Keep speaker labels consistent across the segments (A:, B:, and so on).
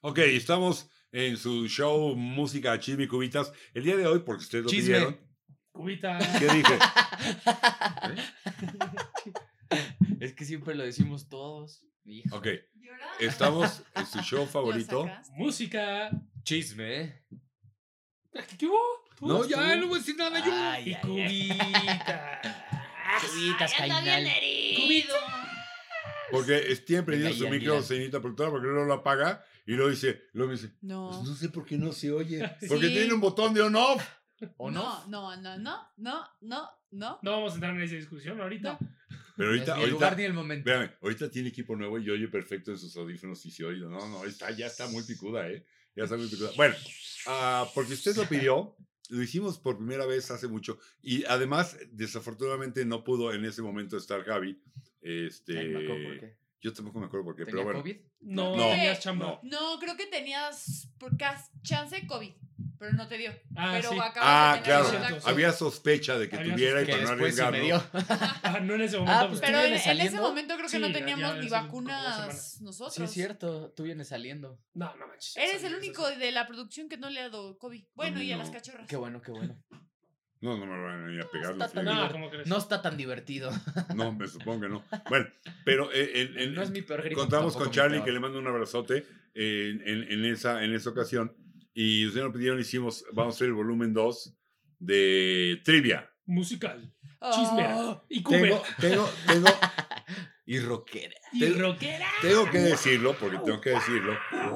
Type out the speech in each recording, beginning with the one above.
A: Ok, estamos en su show Música Chisme y Cubitas. El día de hoy, porque ustedes lo
B: Chisme.
A: pidieron.
C: Cubita.
A: ¿Qué dije?
B: Es que siempre lo decimos todos. Hijo.
A: Ok, estamos en su show
D: ¿Favorito?
A: favorito.
C: Música.
B: Chisme. ¿eh?
C: ¿Qué hubo? ¿Tú?
A: No,
C: ¿Tú?
A: ya,
B: voy a decir nada
C: Y cubita.
B: Cubitas,
D: Está bien
B: Cainal.
D: herido.
A: Porque es- tiene prendido
B: Venga,
A: su
B: ya,
A: micro,
B: Dylan.
A: señorita productora, porque luego lo apaga y luego dice, luego me dice, pues
D: No.
A: no sé por qué no se oye. Porque
D: Sí.
A: tiene un botón de on-off.
B: ¿O no?
D: No, no, no, no, no, no, no.
C: No vamos a entrar en esa discusión ahorita.
A: Pero ahorita,
B: ni el lugar
A: ahorita,
B: ni el momento.
A: véame, ahorita tiene equipo nuevo y oye perfecto en sus audífonos y se oye. No, no, está, ya está muy picuda, ¿eh? Ya está muy picuda. Bueno, ah, porque usted lo pidió, lo hicimos por primera vez hace mucho y además, desafortunadamente, no pudo en ese momento estar Gaby.
B: Ay, no me acuerdo por
A: Este,
B: qué.
A: yo tampoco me acuerdo por qué, pero
B: ¿Tenía
A: bueno.
B: COVID?
C: No,
D: No.
C: tenías chamba.
A: No.
D: No, creo que tenías por cas- chance de COVID, pero no te dio.
C: Ah,
D: pero
C: sí.
D: acabas
A: Ah,
D: de tener
A: claro.
C: Sí, cierto,
D: contacto.
C: sí.
A: Había sospecha de que
C: Había
A: tuviera y
C: sospecha.
B: Que
A: para no
B: después sí
A: arriesgarlo.
B: me dio.
C: Ah, no en ese momento.
B: pues,
D: Pero en,
B: vienes
D: en ese
B: saliendo?
D: momento creo que
C: Sí,
D: no
C: ya- ya
D: teníamos
C: hace
D: ni
C: como dos
D: vacunas
C: semanas.
D: nosotros.
B: Sí, es cierto. Tú vienes saliendo.
C: No, no manches. ya
D: Eres
C: sabía
D: el
C: eso.
D: único de la producción que no le ha dado COVID. Bueno,
A: mí
D: y a
A: no.
D: las cachorras.
B: Qué bueno, qué bueno.
A: No, no me van a venir a pegar
B: Pues está
A: los fríos.
B: tan
C: No,
B: divertido.
C: ¿cómo crees?
B: No está tan divertido.
A: No, me supongo que no. Bueno, pero eh, en- en-
B: No es mi peor gripe.
A: contamos
B: tampoco
A: con
B: mi
A: Charlie,
B: peor.
A: que le mando un abrazote eh, en, en- en esa, en esa ocasión. Y ustedes nos pidieron, hicimos, vamos a hacer el volumen 2 de Trivia.
C: Musical.
D: Oh,
C: Chismea. Y
A: Tengo,
C: cubeta.
A: tengo, tengo,
B: Y rockera.
C: Y
A: tengo-
C: rockera.
A: tengo que decirlo, porque tengo que decirlo.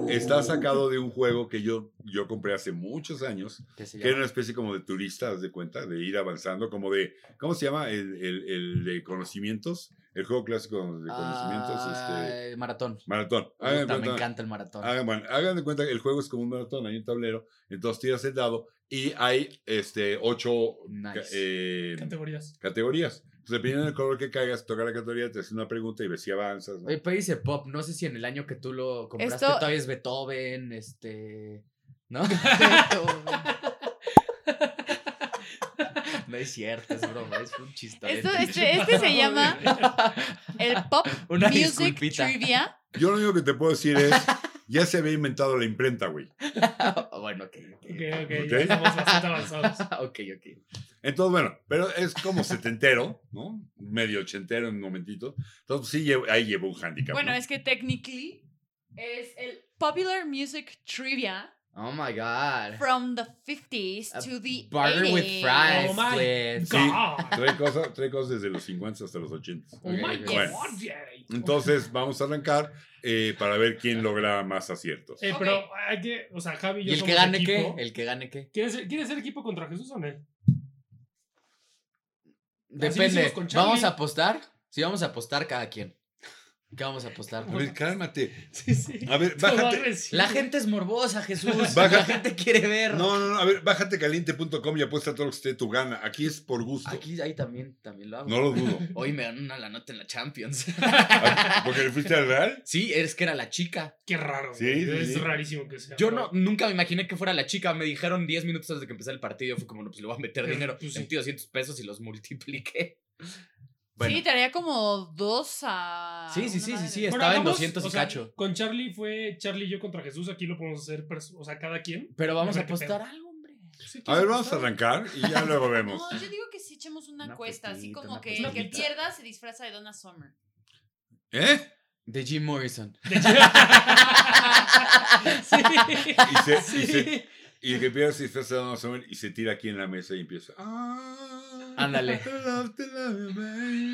A: Está sacado de un juego que yo, yo compré hace muchos años
B: ¿Qué se
A: Que era
B: llama?
A: una especie como de turista, haz de cuenta, de ir avanzando, como de, ¿cómo se llama? El, el- el de conocimientos, el juego clásico de conocimientos, este, Ah,
B: Ah, Maratón.
A: maratón. Ah. Hagan de
B: Puta, me
A: cuenta-
B: encanta el maratón.
A: hagan- bueno, hagan de cuenta que el juego es como un maratón, hay un tablero, entonces tiras el dado y hay este, ocho
B: Nice.
A: ca- eh,
C: Categorías.
A: categorías. Entonces, dependiendo del color que caigas, toca la categoría, te hace una pregunta y ves si avanzas. ¿no?
B: Oye, pero dice pop, no sé si en el año que tú lo compraste
D: Esto-
B: todavía es Beethoven, este. ¿No? no es cierto, es broma, es un chiste.
D: Esto- este, este se llama el Pop
B: Una
D: Music
B: disculpita.
D: Trivia.
A: Yo lo único que te puedo decir es, ya se había inventado la imprenta, güey.
B: Oh, bueno, ok, ok.
C: Ok, ok.
A: Ok.
C: Ya estamos bastante avanzados.
B: ok, ok.
A: Entonces, bueno, pero es como setentero, ¿no? Medio ochentero en un momentito. Entonces, pues, sí, llevo- ahí llevo un handicap.
D: Bueno,
A: ¿no?
D: es que technically es el Popular Music Trivia
B: Oh my god.
D: from the 50s
B: A
D: to the
B: Burger
D: 80s.
B: with fries, pues.
C: Oh my
B: please.
A: Sí.
C: God.
A: Trae cosas, trae cosas desde los 50 hasta los 80.
C: Oh my
B: Ok,
C: God.
B: ok.
A: Bueno.
C: Jerry.
A: Entonces, vamos a arrancar eh, para ver quién logra más aciertos.
C: Eh,
D: Ok.
C: pero hay que. O sea, Javi y yo.
B: ¿Y el que
C: somos
B: gane qué?
C: equipo.
B: ¿El que gane qué?
C: ¿Quieres ser, ¿Quieres ser equipo contra Jesús o no? lo hicimos
B: Depende.
C: con Charlie.
B: ¿Vamos a apostar? Sí, vamos a apostar cada quien. ¿Qué vamos a apostar?
A: A ver, cálmate.
C: Sí, sí.
A: A ver,
C: Todo
A: bájate.
C: agresivo.
B: La gente es morbosa, Jesús.
A: Baja-
B: La gente quiere ver.
A: No, no, no, a ver, bájate caliente.com y apuesta todo lo que esté tu gana. Aquí es por gusto.
B: Aquí, ahí también, también lo hago.
A: No lo dudo.
B: Hoy me dan una la nota en la Champions.
A: Aquí- Porque le fuiste al Real.
B: sí, es que era la chica.
C: Qué raro.
A: Sí,
C: güey.
A: sí,
C: es
A: sí.
C: rarísimo que sea.
B: Yo no, nunca me imaginé que fuera la chica. Me dijeron 10 minutos antes de que empezara el partido. Fue como, no, pues le voy a meter
C: Eh,
B: dinero.
C: pues sí.
B: Sentí 200 pesos y los multipliqué.
D: Sí, te haría como dos a.
B: Sí, sí, sí,
D: una
B: sí,
D: madre
B: sí,
D: de-
B: estaba en
C: hagamos,
B: 200 y
C: o sea,
B: cacho.
C: Con Charlie fue Charlie y yo contra Jesús. Aquí lo podemos hacer, pers- o sea, cada quien.
B: Pero vamos a
C: Mira qué pedo.
B: apostar algo, hombre.
C: Sí,
A: A ver,
C: ¿quieres
A: vamos a
C: empezar?
A: arrancar y ya luego vemos.
D: No, yo digo que sí echemos una,
B: Una
D: encuesta, así
B: pepita,
D: como
B: una
D: que el que
B: pepita.
D: pierda se disfraza de Donna Summer.
A: ¿Eh?
B: De Jim Morrison.
C: Sí.
A: Y se, y se-
C: Sí.
A: Y el que pierde se disfraza de Donald Summer y se tira aquí en la mesa y empieza. "Ah,
B: Ándale.
A: te love, te love,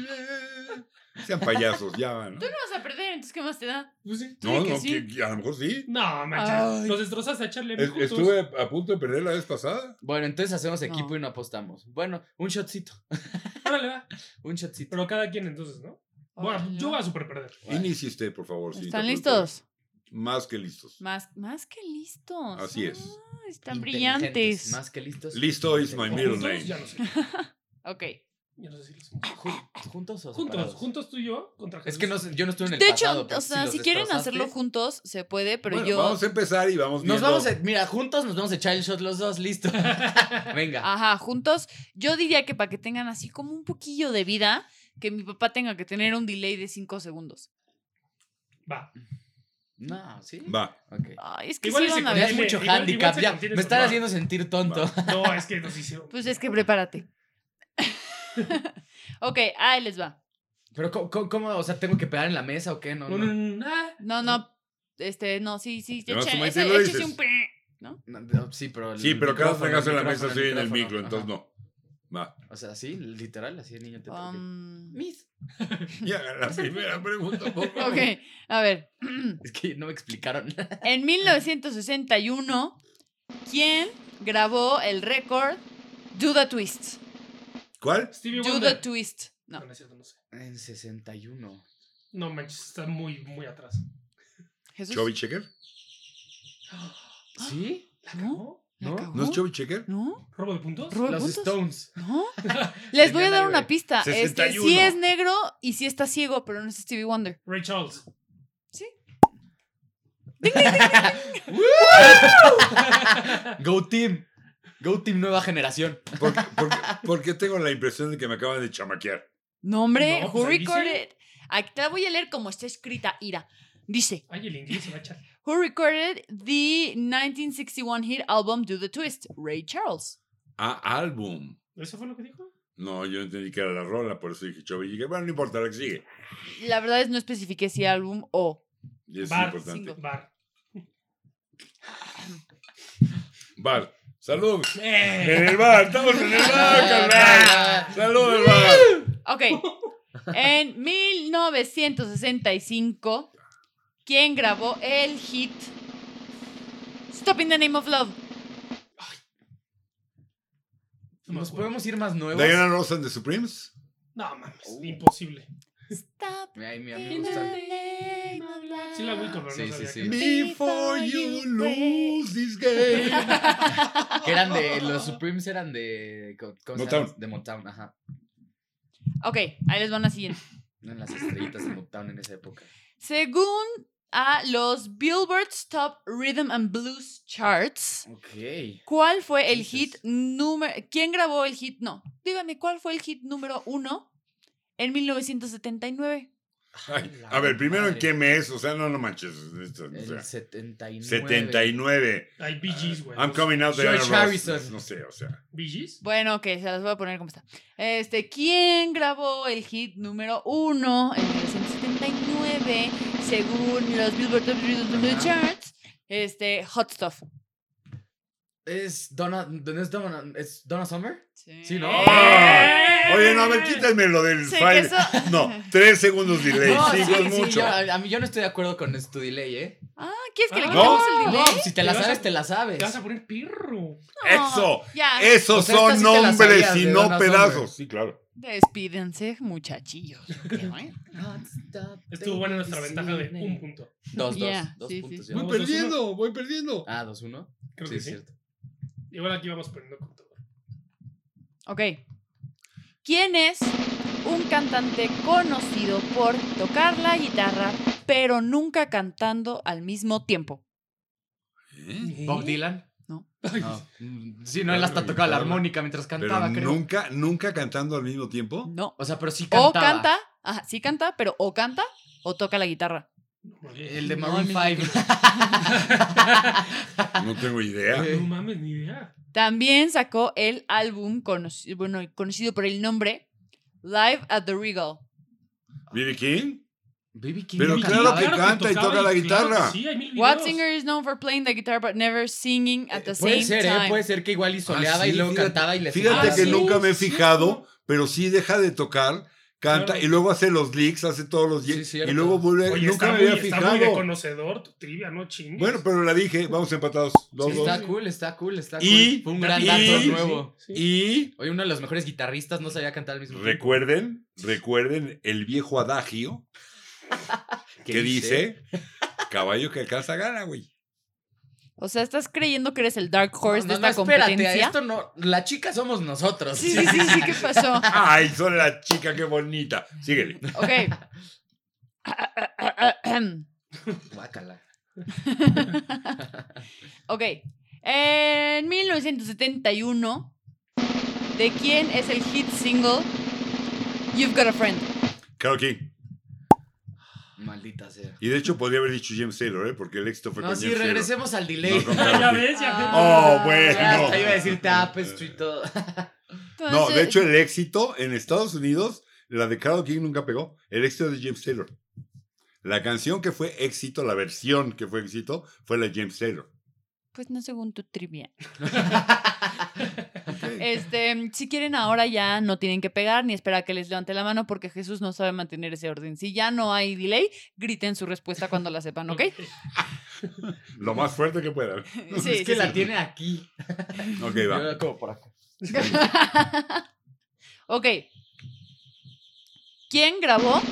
A: baby". Sean payasos, ya van. ¿no?
D: No vas a perder, entonces, ¿qué más te da?
C: Pues sí.
A: No,
D: que
A: no,
D: sí.
A: que- que a lo mejor sí.
C: No, mancha.
B: Ay.
C: Nos destrozaste a Charlie. a mí
A: Es-
C: juntos.
A: estuve a punto de perder la vez pasada.
B: Bueno, entonces hacemos equipo
D: No.
B: y no apostamos. Bueno, un shotcito.
C: Órale, va.
B: Un shotcito.
C: Pero cada quien entonces, ¿no? Bueno,
D: Órale,
C: yo
D: ¿no?
C: voy a super perder.
B: Bueno.
A: Iniciste, por favor. sí,
D: ¿Están
A: te pregunto.
D: listos?
A: Más que listos.
D: Más, más que listos.
A: Así es.
D: Ah, están
B: Inteligentes,
D: brillantes.
B: Más que listos.
A: Listo is my
C: O
A: middle
C: juntos,
A: name.
C: Ya no sé.
D: Ok.
C: Ya no sé si los-
B: Jun- ¿Juntos o
C: Juntos,
B: separados?
C: juntos tú y yo contra Jesús.
B: Es que no, sé, yo no estuve en el
D: De
B: pasado.
D: hecho,
B: pero
D: o sea,
B: los
D: si quieren
B: destrozaste-
D: hacerlo juntos, se puede, pero
A: Bueno,
D: yo.
A: Vamos a empezar y vamos
B: Nos
A: viendo.
B: vamos a. Mira, juntos nos vamos a echar el shot los dos, listo. Venga.
D: Ajá, juntos. Yo diría que para que tengan así como un poquillo de vida, que mi papá tenga que tener un delay de 5 segundos.
C: Va.
E: No, sí.
A: Va.
E: Ok.
D: Ay, es que
C: Igual
D: sí
C: y se
D: van a
E: Ya es
D: ver.
C: contiene,
E: mucho
C: igual- igual
E: handicap,
C: se
E: ya.
C: contiene
E: Me
C: su-
E: están
C: va.
E: haciendo sentir tonto.
C: No, es que nos hicieron.
D: Pues es que prepárate. ok, ahí les va.
B: Pero, ¿cómo, cómo, cómo? O sea, ¿tengo que pegar en la mesa o qué? No,
C: No,
B: no.
C: no, no, ah.
D: No, no. Este, no, sí, sí.
A: Le vas a
D: echa-
A: sumar y
D: ese-
A: lo
D: échese
A: dices.
D: un pe-
B: No, no, Sí, pero. el
A: Sí, pero cada
B: micrófono,
A: fracaso en la
B: micrófono,
A: mesa estoy en el micro,
B: micrófono,
A: entonces
B: ajá.
A: no. Va.
B: O sea, sí, literal, así el niño te toca.
D: Um,
B: Miss.
A: Ya, la primera pregunta, por favor.
D: ok, a ver.
B: Oh, Es que no me explicaron.
D: En 1961, ¿quién grabó el récord Do the Twist?
A: ¿Cuál?
C: Stevie
D: Do the
C: Wonder.
D: Twist.
C: No,
D: No.
C: no es cierto, no sé.
B: En 61.
C: No manches, está muy, muy atrás.
D: Jesús.
A: ¿Chubby Checker?
B: ¿Sí?
D: ¿No? ¿La
B: ¿No?
D: cagó?
A: ¿No es Chubby Checker?
D: ¿No?
C: ¿Robo de puntos?
D: ¿Robo de
B: Los
D: puntos?
B: Stones.
D: ¿No? Les voy a dar una pista. Este,
A: 61.
D: sí es negro y sí está ciego, pero no es Stevie Wonder.
C: Ray Charles.
E: Ah.
B: Go Team. Go Team Nueva Generación.
A: Porque, porque, porque tengo la impresión de que me acaban de chamaquear.
D: No, hombre,
C: No,
D: who
C: pues ahí dice.
D: recorded? Aquí te la voy a leer como está escrita, Ira. Dice,
C: Ay, el inglés se va a echar.
D: who recorded the 1961 hit album Do the Twist? Ray Charles.
A: Ah, álbum.
C: ¿Eso fue lo que dijo?
A: No, yo entendí que era la rola, por eso dije Chubby Checker. Bueno, no importa, la que sigue.
D: La verdad es no especifiqué si álbum o.
A: Y eso es
C: Bar,
A: importante.
D: cinco.
C: Bar.
A: Bar. Salud.
C: ¡Eh!
A: En el bar, estamos en el
B: Ah,
A: bar, carnal.
E: Ah.
C: Ah.
A: Salud, el bar.
D: Ok. En 1965, ¿quién grabó el hit Stop in the Name of Love?
B: ¿Nos podemos ir más nuevos?
A: Diana Ross and the Supremes.
C: No mames,
B: Uh.
C: imposible.
D: Stop
B: Ay, mi
D: in
B: amigo
D: the
B: está.
D: name of love.
C: Sí la ubico, pero no
B: Sí, sí,
C: sabía
B: sí.
C: que-
A: Before you lose this game.
B: Que eran de. Los Supremes eran de. ¿cómo se llama?
A: Motown.
B: De Motown, ajá.
D: Ok, ahí les van a siguiente.
B: Eran las estrellitas de Motown en esa época.
D: Según a los Billboard's Top Rhythm and Blues Charts,
B: Ok.
D: ¿cuál fue el hit
B: Jesus.
D: número... ¿Quién grabó el hit? No. Dígame, ¿cuál fue el hit número uno en 1979?
A: Ay, a ver, primero en qué mes, o sea, no, no manches. esto, o sea,
B: El 79.
A: 79.
C: Hay Bee Gees, güey.
A: I'm coming out de
B: George
A: Diana Ross.
B: Harrison.
A: No sé, o sea.
C: ¿Bee Gees?
D: Bueno, ok, se las voy a poner como está. Este, ¿quién grabó el hit número uno en 1979 según los Billboard Top Rhythm and Blues
B: Ajá.
D: Charts? Este, Hot Stuff.
B: ¿Es Donna, ¿no es Donna, es Donna Summer? Sí, ¿no?
D: ¡Eh!
A: ¡Ah! Oye, no, a
B: Eh,
A: ver, quítenme lo del
D: Se
A: file.
D: queso.
A: No, tres segundos delay,
B: no,
A: cinco es mucho.
B: yo- a, a mí yo no estoy de acuerdo con es- tu delay, ¿eh?
D: ¿Quieres que le
C: Ah.
D: quitemos
A: ¿No?
D: el
B: No,
D: delay?
B: si te la
C: Te vas
B: sabes,
C: a-
B: te la sabes.
C: Te vas a poner pirro.
A: Eso, Eh.
D: Ya,
A: esos
B: O sea, esta
A: son
B: sí te la
A: nombres
B: sabías
A: y
B: de
A: no
B: Donna Summer.
A: pedazos. Sí, claro.
D: Despídense, muchachillos.
C: Estuvo buena nuestra ventaja de un punto.
B: Dos, dos,
D: Yeah,
B: dos
D: sí,
B: puntos.
D: sí.
B: ya.
C: Voy perdiendo,
A: voy perdiendo.
B: Ah, dos, uno.
C: Creo
B: sí,
C: que
B: es
C: sí.
B: cierto.
C: Igual aquí vamos poniendo contador.
D: Ok. ¿Quién es un cantante conocido por tocar la guitarra, pero nunca cantando al mismo tiempo?
B: Bob Dylan.
C: Ay,
B: No. Mm, Sí, no, él hasta tocaba la armónica mientras
A: Pero
B: cantaba, creo.
A: nunca, nunca cantando al mismo tiempo.
D: No.
B: O sea, pero sí
D: O
B: cantaba.
D: canta, ajá, sí canta, pero o canta o toca la guitarra.
C: no,
B: El de
D: No,
B: Maroon
D: al mismo
B: 5.
A: No tengo idea.
C: Ah, no
B: Eh.
C: mames, ni idea.
D: También sacó el álbum conocido, bueno, conocido por el nombre Live at the Regal.
A: ¿Bibi King?
B: Baby King.
A: Pero
B: no
A: claro
B: cantaba.
A: que canta y
C: tocaba
A: toca la
C: claro que
A: guitarra.
C: sí, hay mil videos.
D: What singer is known for playing the guitar but never singing at the
B: Eh, Puede
D: same
B: ser, ¿eh?
D: time?
B: Puede ser que igual y soleaba
A: Ah, sí,
B: y luego
A: fíjate-
B: cantaba y le
A: Fíjate
D: Ah,
A: que
D: sí,
A: nunca me he
C: cierto.
A: fijado, pero sí deja de tocar, canta
C: Claro.
A: y luego hace los leaks, hace todos los
B: Sí,
A: leaks y
B: cierto.
A: luego vuelve.
C: Oye,
A: nunca me
C: está, muy,
A: había
C: está muy de
A: fijado.
C: conocedor tu trivia, no chingues.
A: Bueno, pero la dije, vamos empatados. Dos,
B: Sí,
A: dos.
B: está cool, está cool, está
A: Y-
B: cool. Fue un
C: Ya
B: gran
C: te-
A: y-
B: dato
C: sí,
B: nuevo.
C: sí, sí.
A: Y
B: Oye, uno de los mejores guitarristas no sabía cantar al mismo tiempo.
A: recuerden, recuerden el viejo adagio
B: ¿Qué
A: que dice, caballo que alcanza gana, güey.
D: O sea, ¿estás creyendo que eres el Dark Horse
B: No,
D: de
B: no,
D: esta
B: espérate,
D: competencia?
B: esto no, la chica somos nosotros.
D: Sí, sí, sí, sí, ¿qué pasó?
A: Ay, son la chica, qué bonita. Síguele.
D: Ok.
B: Guácala.
D: ok. En 1971, ¿de quién es el hit single You've Got a Friend?
A: Carol King.
B: Maldita sea.
A: Y de hecho podría haber dicho James Taylor, ¿eh? Porque el éxito fue
B: No,
A: con
B: sí,
A: James Taylor.
B: regresemos al delay.
A: No, con
C: Ah, ya
A: Carol King.
C: ves, ya ves.
A: Ah, Oh, bueno.
B: Ya
A: no.
B: hasta iba a decir tapestry
A: Eh.
B: y todo.
A: No, de hecho el éxito en Estados Unidos, la de Carol King nunca pegó. El éxito de James Taylor. La canción que fue éxito, la versión que fue éxito, fue la de James Taylor.
D: Pues no según tu trivia. Este, si quieren ahora ya no tienen que pegar ni esperar a que les levante la mano porque Jesús no sabe mantener ese orden. Si ya no hay delay, griten su respuesta cuando la sepan, ¿ok?
C: Eh,
A: Lo más fuerte que puedan.
D: Sí,
B: es que
D: sí,
B: la
D: sí.
B: tiene aquí.
A: Ok, va.
B: Yo como por acá.
D: Ok. ¿Quién grabó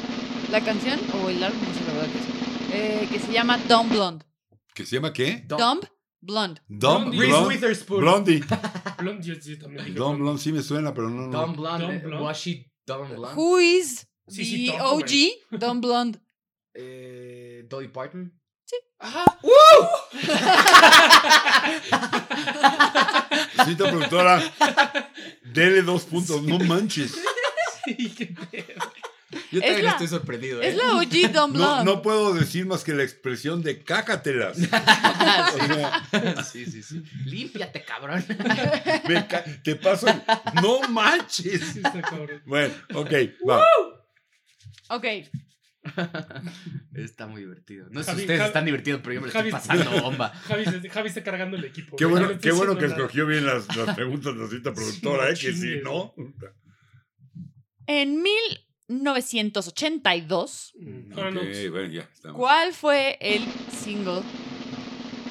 D: la canción o el álbum? No sé la verdad que es, eh, que se llama Dumb Blonde.
A: ¿Que se llama qué?
B: Dumb.
D: Dumb Blonde.
A: Dom
C: Blondie.
B: Reese
A: Blondie.
B: Witherspoon.
A: Blondie.
C: Blond, yo sí también dije
A: Dom
C: blond.
A: Blondie sí me suena, pero no. no.
B: Dumb Blonde.
C: Dumb
B: eh,
C: Blonde.
B: Was she Dumb Blonde?
D: Who is
C: Sí, sí,
D: the
C: Dumb, güey.
D: OG Dumb Blonde?
B: Eh, Dolly Parton.
A: Cita productora. Dele dos puntos, no manches.
C: Sí, qué pedo.
B: Yo
D: Es
B: también
D: la-
B: estoy sorprendido.
D: Es
B: ¿eh?
D: la OG Dumb
A: No,
D: Blonde.
A: no puedo decir más que la expresión de cácatelas. O sea,
B: sí, sí, sí. Límpiate, cabrón.
A: me ca- te paso. el- No manches.
C: Sí, está este cabrón.
A: Bueno, ok, va.
D: Ok.
B: Está muy divertido. No sé
C: Javi,
B: si ustedes
C: Javi-
B: están divertidos, pero yo me lo estoy
C: Javi-
B: pasando bomba.
C: Javi, se- Javi está cargando el equipo.
A: Qué
C: güey.
A: bueno,
C: No le
A: qué
C: estoy
A: bueno que
C: diciendo nada.
A: escogió bien las, las preguntas de la cita productora, ¿eh? Que si
C: chingues.
A: no.
D: En 1982,
A: Mm,
C: Ahora no, pues,
A: bueno, ya estamos.
D: ¿cuál fue el single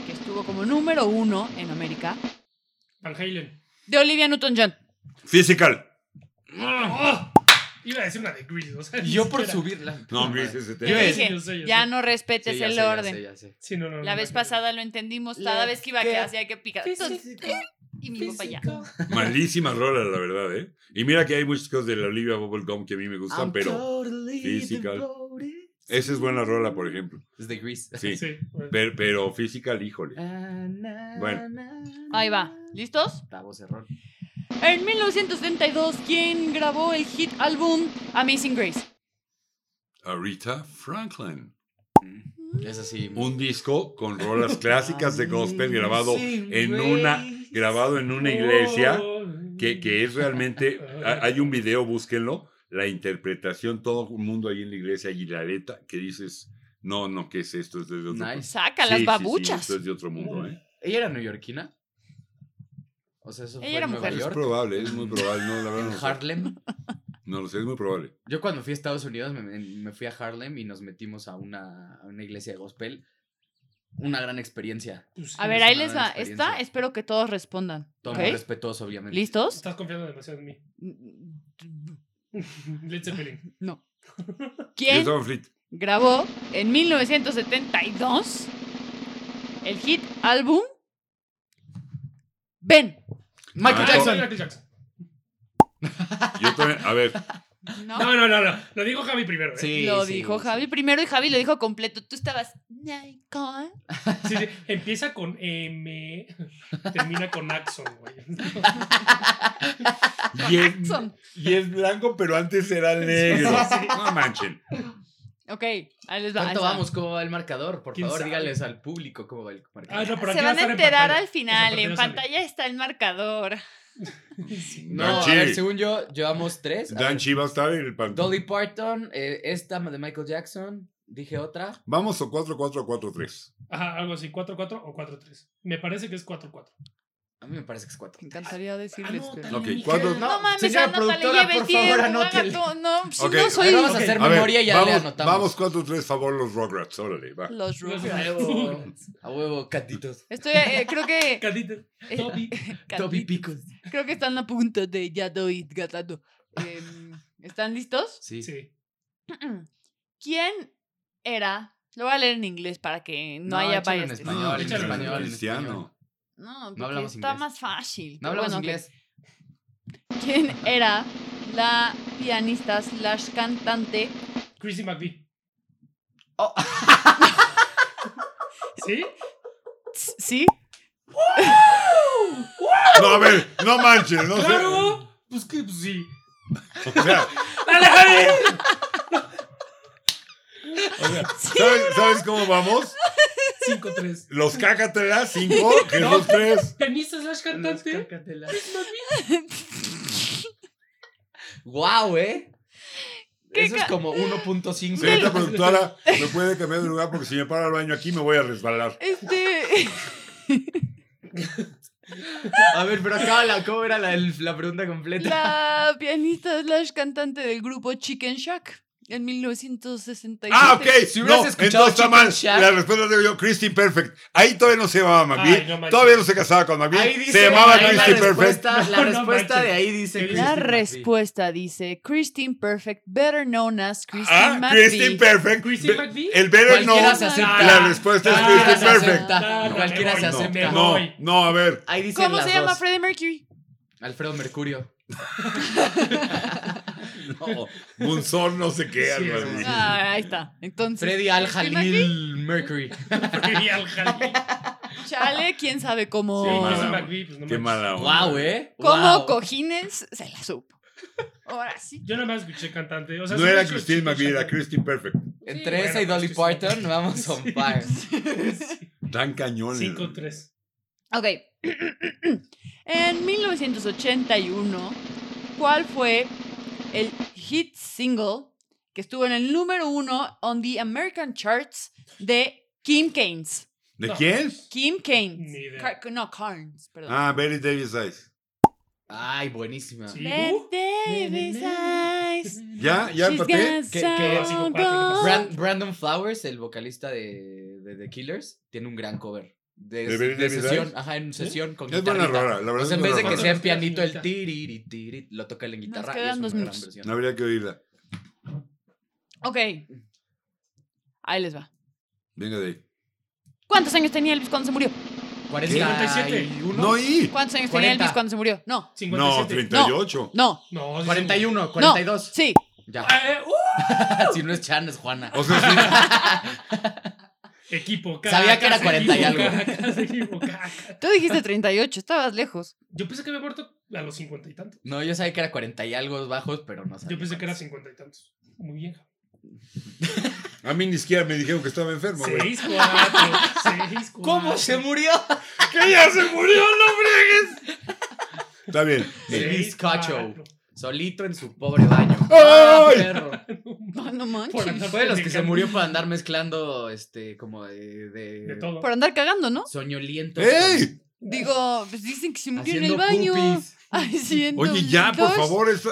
D: que estuvo como número uno en América
C: Van Halen.
D: de Olivia Newton-John?
A: Physical.
C: ¡Ah! Iba a decir una de Grease, o sea, ni
B: Yo por
C: siquiera.
B: subirla.
A: No, hombre, ese se te-
B: Yo
D: Te
B: es-
C: Sí, yo
D: dije,
C: sé, yo
D: ya
C: sé.
D: no respetes
B: Sí, ya
D: el
B: sé, ya
D: orden.
B: sé, ya sé.
C: Sí, no, no, no,
D: La
C: no,
D: vez
C: no.
D: pasada lo entendimos, cada
B: Let's
D: vez que iba a
B: get
D: clase hay que picar. Entonces, y mi papá ya.
A: Malísima rola, la verdad, ¿eh? Y mira que hay muchas cosas de la Olivia Bubblegum que a mí me gustan, pero Physical. esa es buena rola, por ejemplo.
B: Es de Grease.
A: Sí.
C: Sí, bueno.
A: Pero, pero Physical, híjole.
D: Ahí va. ¿Listos?
B: La voz error.
D: En 1972, ¿quién grabó el hit álbum Amazing Grace?
A: Arita Franklin.
B: Es así.
A: Un disco con rolas clásicas de gospel grabado en una, grabado en una iglesia
C: Oh,
A: que, que es realmente, ha- hay un video, búsquenlo, la interpretación, todo el mundo ahí en la iglesia, y la aleta, que dices, no, no, ¿qué es esto? Esto es de otro
B: Nice.
D: Saca
A: Sí, sí,
D: las
A: sí,
D: babuchas.
B: pues,
A: esto es de otro
B: Mm.
A: mundo, ¿eh?
B: ¿Ella era neoyorquina? O sea, eso
D: Ella
B: fue
D: era
B: en Nueva
D: mujer.
A: Es
B: York.
A: probable, es muy probable, no, la verdad
B: En
A: no lo sé.
B: Harlem.
A: No lo sé, es muy probable.
B: Yo cuando fui a Estados Unidos me, me fui a Harlem y nos metimos a una, a una iglesia de gospel. Una gran experiencia.
C: Pues sí,
D: A ver,
B: es
D: ahí
B: una
D: les
B: gran
D: va.
B: experiencia.
D: Esta, espero que todos respondan.
B: Todo
D: ¿Ok?
B: muy respetuoso, obviamente.
D: ¿Listos?
C: Estás confiando demasiado en mí. Led Zeppelin.
D: No.
A: Yo
D: ¿Quién
A: estaba en Fleet.
D: grabó en 1972 el hit álbum Ben?
B: Michael
A: Ah,
B: Jackson.
C: Michael Jackson.
A: Yo también, a ver,
D: ¿No?
C: No, no, no, no. Lo dijo Javi primero. ¿eh?
B: Sí,
D: lo
B: sí,
D: dijo
B: sí.
D: Javi primero y Javi lo dijo completo. Tú estabas. Michael.
C: Sí, sí. Empieza con M, termina con Axon, güey.
A: y es,
D: Jackson.
A: y es blanco, pero antes era negro. No manchen.
D: Ok, ahí les va. ahí
B: ¿Cuánto
D: les va.
B: vamos? ¿Cómo va el marcador? Por
C: ¿Quién
B: favor,
C: sabe?
B: díganles al público cómo va el
C: Ah,
B: marcador.
C: no, pero
D: Se
C: aquí va
D: van a
C: estar en
D: enterar
C: pantalla.
D: al final.
C: Esa
D: En
C: parte no sale.
D: pantalla está el marcador.
B: no,
A: Dan
B: a
A: Chi.
B: ver, según yo, llevamos tres. A
A: Dan
B: ver,
A: Chi va a estar en el pantalón.
B: Dolly Parton, eh, esta de Michael Jackson, dije otra.
A: Vamos o 4-4-4-3.
C: Ajá, algo así, 4-4 o 4-3. Me parece que es 4-4.
B: A mí me parece que es cuatro.
D: Me encantaría decirles.
C: Anótale,
D: pero-
A: Ok,
C: mija.
A: cuatro-
D: Ah, No, mames,
B: señora
D: anótale,
B: productora,
D: lleve el
B: por favor,
D: tiempo.
B: anótele.
D: haga todo. No, si
A: Ok,
D: no soy
B: Ahora vamos a
C: Ok.
B: hacer
A: A ver,
B: memoria y ya
A: vamos,
B: le anotamos.
A: Vamos 4-3, favor, los Rugrats. Órale, va.
D: los
C: Los
B: A
D: Rugrats.
B: huevo, a huevo, catitos.
D: Estoy, eh, creo que.
C: Cadita.
D: eh,
C: Toby.
B: Toby
D: Cati-
B: Picos.
D: Creo que están a punto de ya doy gatado. Em, ¿Están listos?
B: Sí.
C: Sí.
D: ¿Quién era? Lo voy a leer en inglés para que no,
B: No,
D: haya
B: échalo en
D: bias.
B: español, No,
A: échalo en
B: español, en
A: Cristiano.
D: No, porque
B: hablamos
D: está
B: inglés.
D: más fácil.
B: No
D: pero
B: hablamos
D: bueno, ok.
B: inglés.
D: ¿Quién era la pianista slash cantante?
C: Chrissy McVie.
B: Oh.
C: ¿Sí?
D: Sí.
A: No, a ver, no manchen, no sé.
C: ¡Claro! Pues que pues sí.
A: O sea,
C: ¡Dale, Javi!
A: ¿Sabes, sabes cómo vamos?
C: 5-3.
A: Los cacatelas, cinco, Jesús tres.
C: Tenista slash cantante.
B: ¡Guau, eh!
D: ¿Qué
B: Eso es
D: ca-
B: como 1.5.
A: Señorita productora, me puede cambiar de lugar porque si me paro al baño aquí me voy a resbalar.
D: Este.
B: A ver, pero acá la, ¿cómo era la, el- la pregunta completa?
D: La pianista slash cantante del grupo Chicken Shack en 1967.
A: Ah, ok.
B: Si hubieras
A: no,
B: escuchado
A: entonces está
B: Chicken
A: mal.
B: Shack.
A: La respuesta digo yo, Christine Perfect. Ahí todavía no se llamaba
C: Ay,
A: McBee.
C: no manches.
A: todavía no se casaba con
B: Ahí
A: McBee.
B: dice-
A: Se llamaba
B: ahí la
A: Christine Perfect.
B: respuesta- La
C: No, no
B: respuesta de
C: manches.
B: ahí dice
D: La
B: Christine McVie.
D: respuesta dice Christine Perfect, better known as Christine
A: Ah,
D: McVie.
A: Christine Perfect.
C: Christine
A: Be-
C: McVie.
A: El better no.
B: Cualquiera se acepta.
A: La respuesta es
B: Ah,
A: Christine
B: se
A: Perfect.
B: acepta.
C: No, no,
B: Cualquiera
C: me
B: se
C: voy,
B: acepta.
C: me voy.
A: No, no, a ver.
B: Ahí dice
D: ¿Cómo se llama Freddie Mercury?
B: Alfredo Mercurio.
A: No. Oh, Monzón no sé qué,
C: Sí,
A: algo
C: es
A: así.
C: Monzón.
D: Ah, ahí está. Entonces.
B: Freddy Al
D: Christine
B: Jalil Mercury.
C: Y al Jalil.
D: McVie, Chale, quién sabe cómo.
A: Sí, más
C: Christine
A: mala
C: McVie, pues no
A: Qué
C: manches.
A: mala onda.
B: Guau, eh.
D: cómo
B: Guau.
D: cojines se la supo. Ahora sí.
C: Yo nada más escuché cantante. O sea,
A: No
C: sí
A: era
C: escuché
A: Christine McVie, era
C: cantante.
A: Christine Perfect.
B: Entre
C: Sí,
B: esa y
C: bueno,
B: Dolly
C: pues,
B: Parton, vamos on
C: Sí,
B: fire.
A: Tan cañón.
C: 5-3.
D: Ok. en 1981, ¿cuál fue el hit single que estuvo en el número uno on the American charts de Kim Keynes?
A: ¿De
C: No.
A: quién?
D: Kim Keynes.
C: Ni idea.
D: Car- no, Carnes, perdón.
A: Ah, Betty Davis Eyes.
B: Ay, buenísima.
C: Sí.
D: Let Davis eyes.
A: ¿Ya? ¿Ya
D: she's
A: empaté?
D: got
B: Que- que-
D: some
C: cinco, cuatro,
D: gold.
B: Bran- Brandon Flowers, el vocalista de, de The Killers, tiene un gran cover. De,
A: ¿De Billy
B: de
A: Davis
B: sesión,
A: Eyes?
B: ajá, en sesión con
A: Es buena
B: guitarrita.
A: rola, la verdad.
B: O
A: es
B: sea, en
A: buena
B: vez de que
A: rola.
B: sea en
C: Nos
B: pianito el
C: quedan
B: tiriri, tiriri, lo toca en guitarra. y
D: quedan
B: es una
D: dos
B: gran
D: minutos.
B: versión.
A: No habría que oírla.
D: Ok. Ahí les va.
A: Venga de ahí.
D: ¿Cuántos años tenía Elvis cuando se murió?
B: 41.
A: No, y.
D: ¿Cuántos años tenía
B: 40.
D: Elvis cuando se murió? No,
C: 57.
A: No, 38.
D: no,
C: No, sí,
B: 41,
D: no.
B: 42.
D: Sí.
B: Ya.
C: Eh, uh,
B: si no es Chan, es Juana.
A: O sea, sí.
C: equipo,
B: Sabía que era
C: Caracas,
B: 40 y
C: equipo,
B: algo.
C: Caracas, equipo, Caracas.
D: Tú dijiste 38, estabas lejos.
C: Yo pensé que había muerto a los 50 y tantos.
B: No, yo sabía que era 40 y algo bajos, pero no sabía.
C: Yo pensé que era
B: cuántos.
C: 50 y tantos. Muy bien.
A: A mí ni siquiera me dijeron que estaba enfermo, güey.
C: 6, 4, 6, 4.
B: ¿Cómo se murió?
A: ¡Que ya se murió, no friegues! Está bien.
B: El bizcocho. Solito en su pobre baño.
A: ¡Ay!
B: perro!
D: No,
C: Por
D: no manches.
C: andar-
B: Fue de los que se
C: Mexicano.
B: murió por andar mezclando, este, como de. de,
C: De todo.
D: Por andar cagando, ¿no?
B: Soñolientos.
A: ¡Ey!
D: Digo, pues dicen que se
B: con-
D: murió en el
B: haciendo
D: baño.
B: pupis.
D: Ay, sí, en
A: Oye,
D: del
A: ya, por
D: dos-
A: favor. Esto...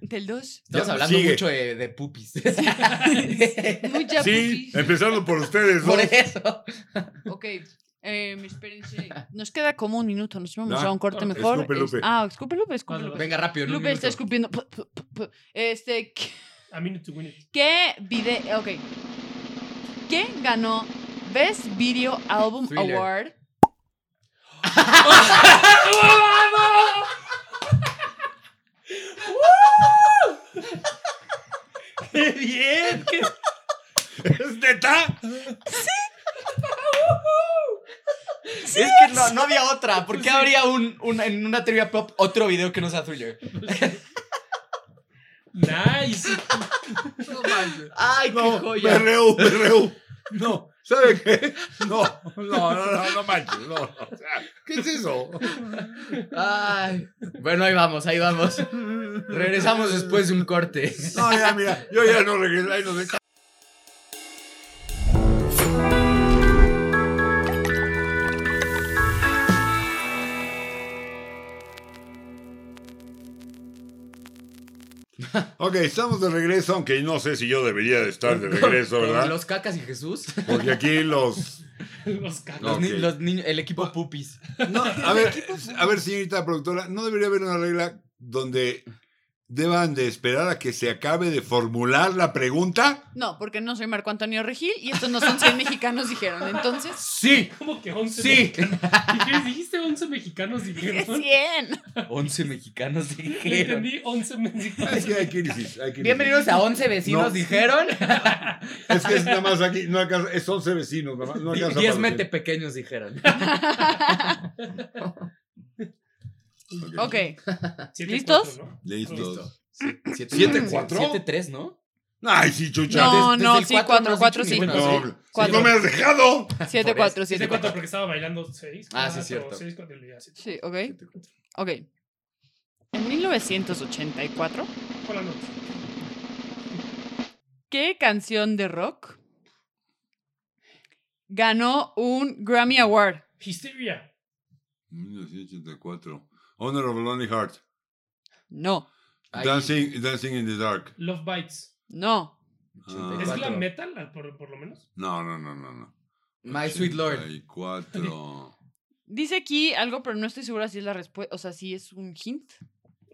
D: Del 2.
B: Estamos
A: Ya,
B: hablando
A: sigue.
B: mucho de, de pupis.
D: Mucha
A: Sí, Eh.
D: pupis.
A: empezando por ustedes, ¿no?
B: por e- eso.
D: Ok. Eh, espérense. Nos queda como un minuto. Nos vamos
A: Ah,
D: a un corte mejor.
A: escupe, Lupe.
D: Es- Ah, escupe Lupe, escupe Lupe.
B: Venga, rápido. en un
D: Lupe
B: minuto.
D: está escupiendo. Pu- pu- pu- pu- Este, ¿qué-
C: A minute to win it.
D: ¿qué video? Ok. ¿Quién ganó Best Video Album
B: Thriller.
D: Award?
C: ¡Qué bien! ¡Qué
A: ¿Es neta?
B: Es que no, no había otra. ¿Por qué habría un, un- en una trivia pop otro video que no sea thriller?
C: nice!
B: ¡Ay, qué joya!
A: Perreu, perreu. No, ¿sabe qué? No, no, no, no, no manches, no. O sea, ¿Qué es eso?
B: Ay. Bueno, ahí vamos, ahí vamos. Regresamos después de un corte.
A: No, ya, mira, yo ya no regresé, ahí nos deja. Ok, estamos de regreso, aunque no sé si yo debería de estar de regreso,
B: Con
A: ¿verdad?
B: Los cacas y Jesús.
A: Porque aquí los
C: Los cacos.
B: Los, ni-
A: Ok.
B: los niños, el equipo pupis.
A: No, a ver, a ver, señorita productora, ¿no debería haber una regla donde deban de esperar a que se acabe de formular la pregunta?
D: No, porque no soy Marco Antonio Regil y estos no son 100 mexicanos, dijeron. Entonces,
B: Sí.
C: ¿Cómo que 11
B: Sí.
C: mexicanos? ¿Qué dijiste 11 mexicanos
D: ¿qué
C: dijeron?
D: 100?
B: 11 mexicanos
C: Le
B: dijeron.
C: entendí 11 mexicanos.
A: Es que hay crisis, hay crisis.
B: Bienvenidos a 11 vecinos,
A: No.
B: dijeron.
A: Es que es nada más aquí, no alcanza, es 11 vecinos, nada más, no alcanza.
B: 10
A: para
B: mente pequeños, dijeron.
A: los-
D: Ok.
C: Siete,
D: ¿Listos?
C: cuatro, ¿no?
A: Listos.
B: Listo.
A: ¿Siete, cuatro?
B: 7-3, ¿no?
A: Ay, sí, chucha.
D: No,
B: Desde- desde
D: no,
B: el
D: sí,
B: cuatro no has
D: cuatro,
B: dicho
D: sí.
B: ninguna,
A: No,
B: ¿sí?
A: no
D: Cuatro.
A: me has dejado.
D: Siete,
B: Por
D: cuatro,
C: Sí,
D: siete,
C: de cuatro
D: cuatro.
C: porque estaba bailando seis.
B: Ah, sí,
C: cuatro,
B: cierto.
C: seis, cuatro, ya, sí.
D: Sí, ok. Ok. En 1984,
C: Por la noche.
D: ¿qué canción de rock ganó un Grammy Award?
C: Histeria.
A: 1984. Honor of Lonely Heart.
D: No,
B: Ay,
A: Dancing, Dancing in the Dark.
C: Love Bites.
D: no,
C: ¿Es
B: 84.
C: glam metal, la- por, por lo menos?
A: No, no, no, no. no.
B: My Sweet Lord.
A: 84.
D: Dice aquí algo, pero no estoy segura si es la respuesta, o sea, si es un hint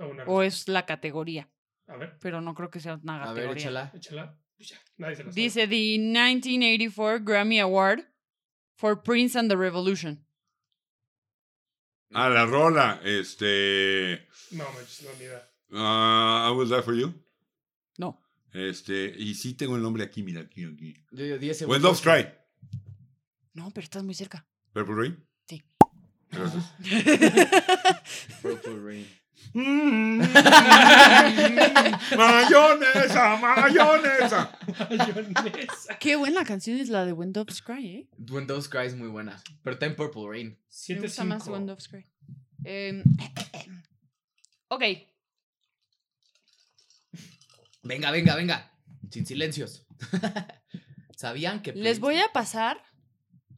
C: O una
D: o es la categoría,
C: A ver,
D: pero no creo que sea una
B: A ver,
D: categoría.
B: échala.
C: échala. Pues ya, nadie se la sabe.
D: Dice the 1984 Grammy Award for Prince and the Revolution.
A: Ah, la rola. Este.
C: No, manches, no, ni idea.
A: ah, I Will Die for You.
D: No.
A: Este. Y sí tengo el nombre aquí, mira, aquí, aquí.
B: Yo digo 10
A: When
B: segundos.
A: Doves Cry.
D: No, pero estás muy cerca.
A: Purple Rain.
D: Sí.
A: Gracias.
B: Purple Rain.
A: Mm, mayonesa, mayonesa.
C: Mayonesa.
D: Qué buena canción es la de When Doves Cry, ¿eh?
B: When Doves Cry es muy buena. Pero está en Purple Rain.
D: Me
C: Siete,
D: gusta más
C: cinco.
D: When Doves Cry. Em, ok,
B: Venga, venga, venga. Sin silencios. ¿Sabían que
D: les
B: Prince-
D: voy a pasar a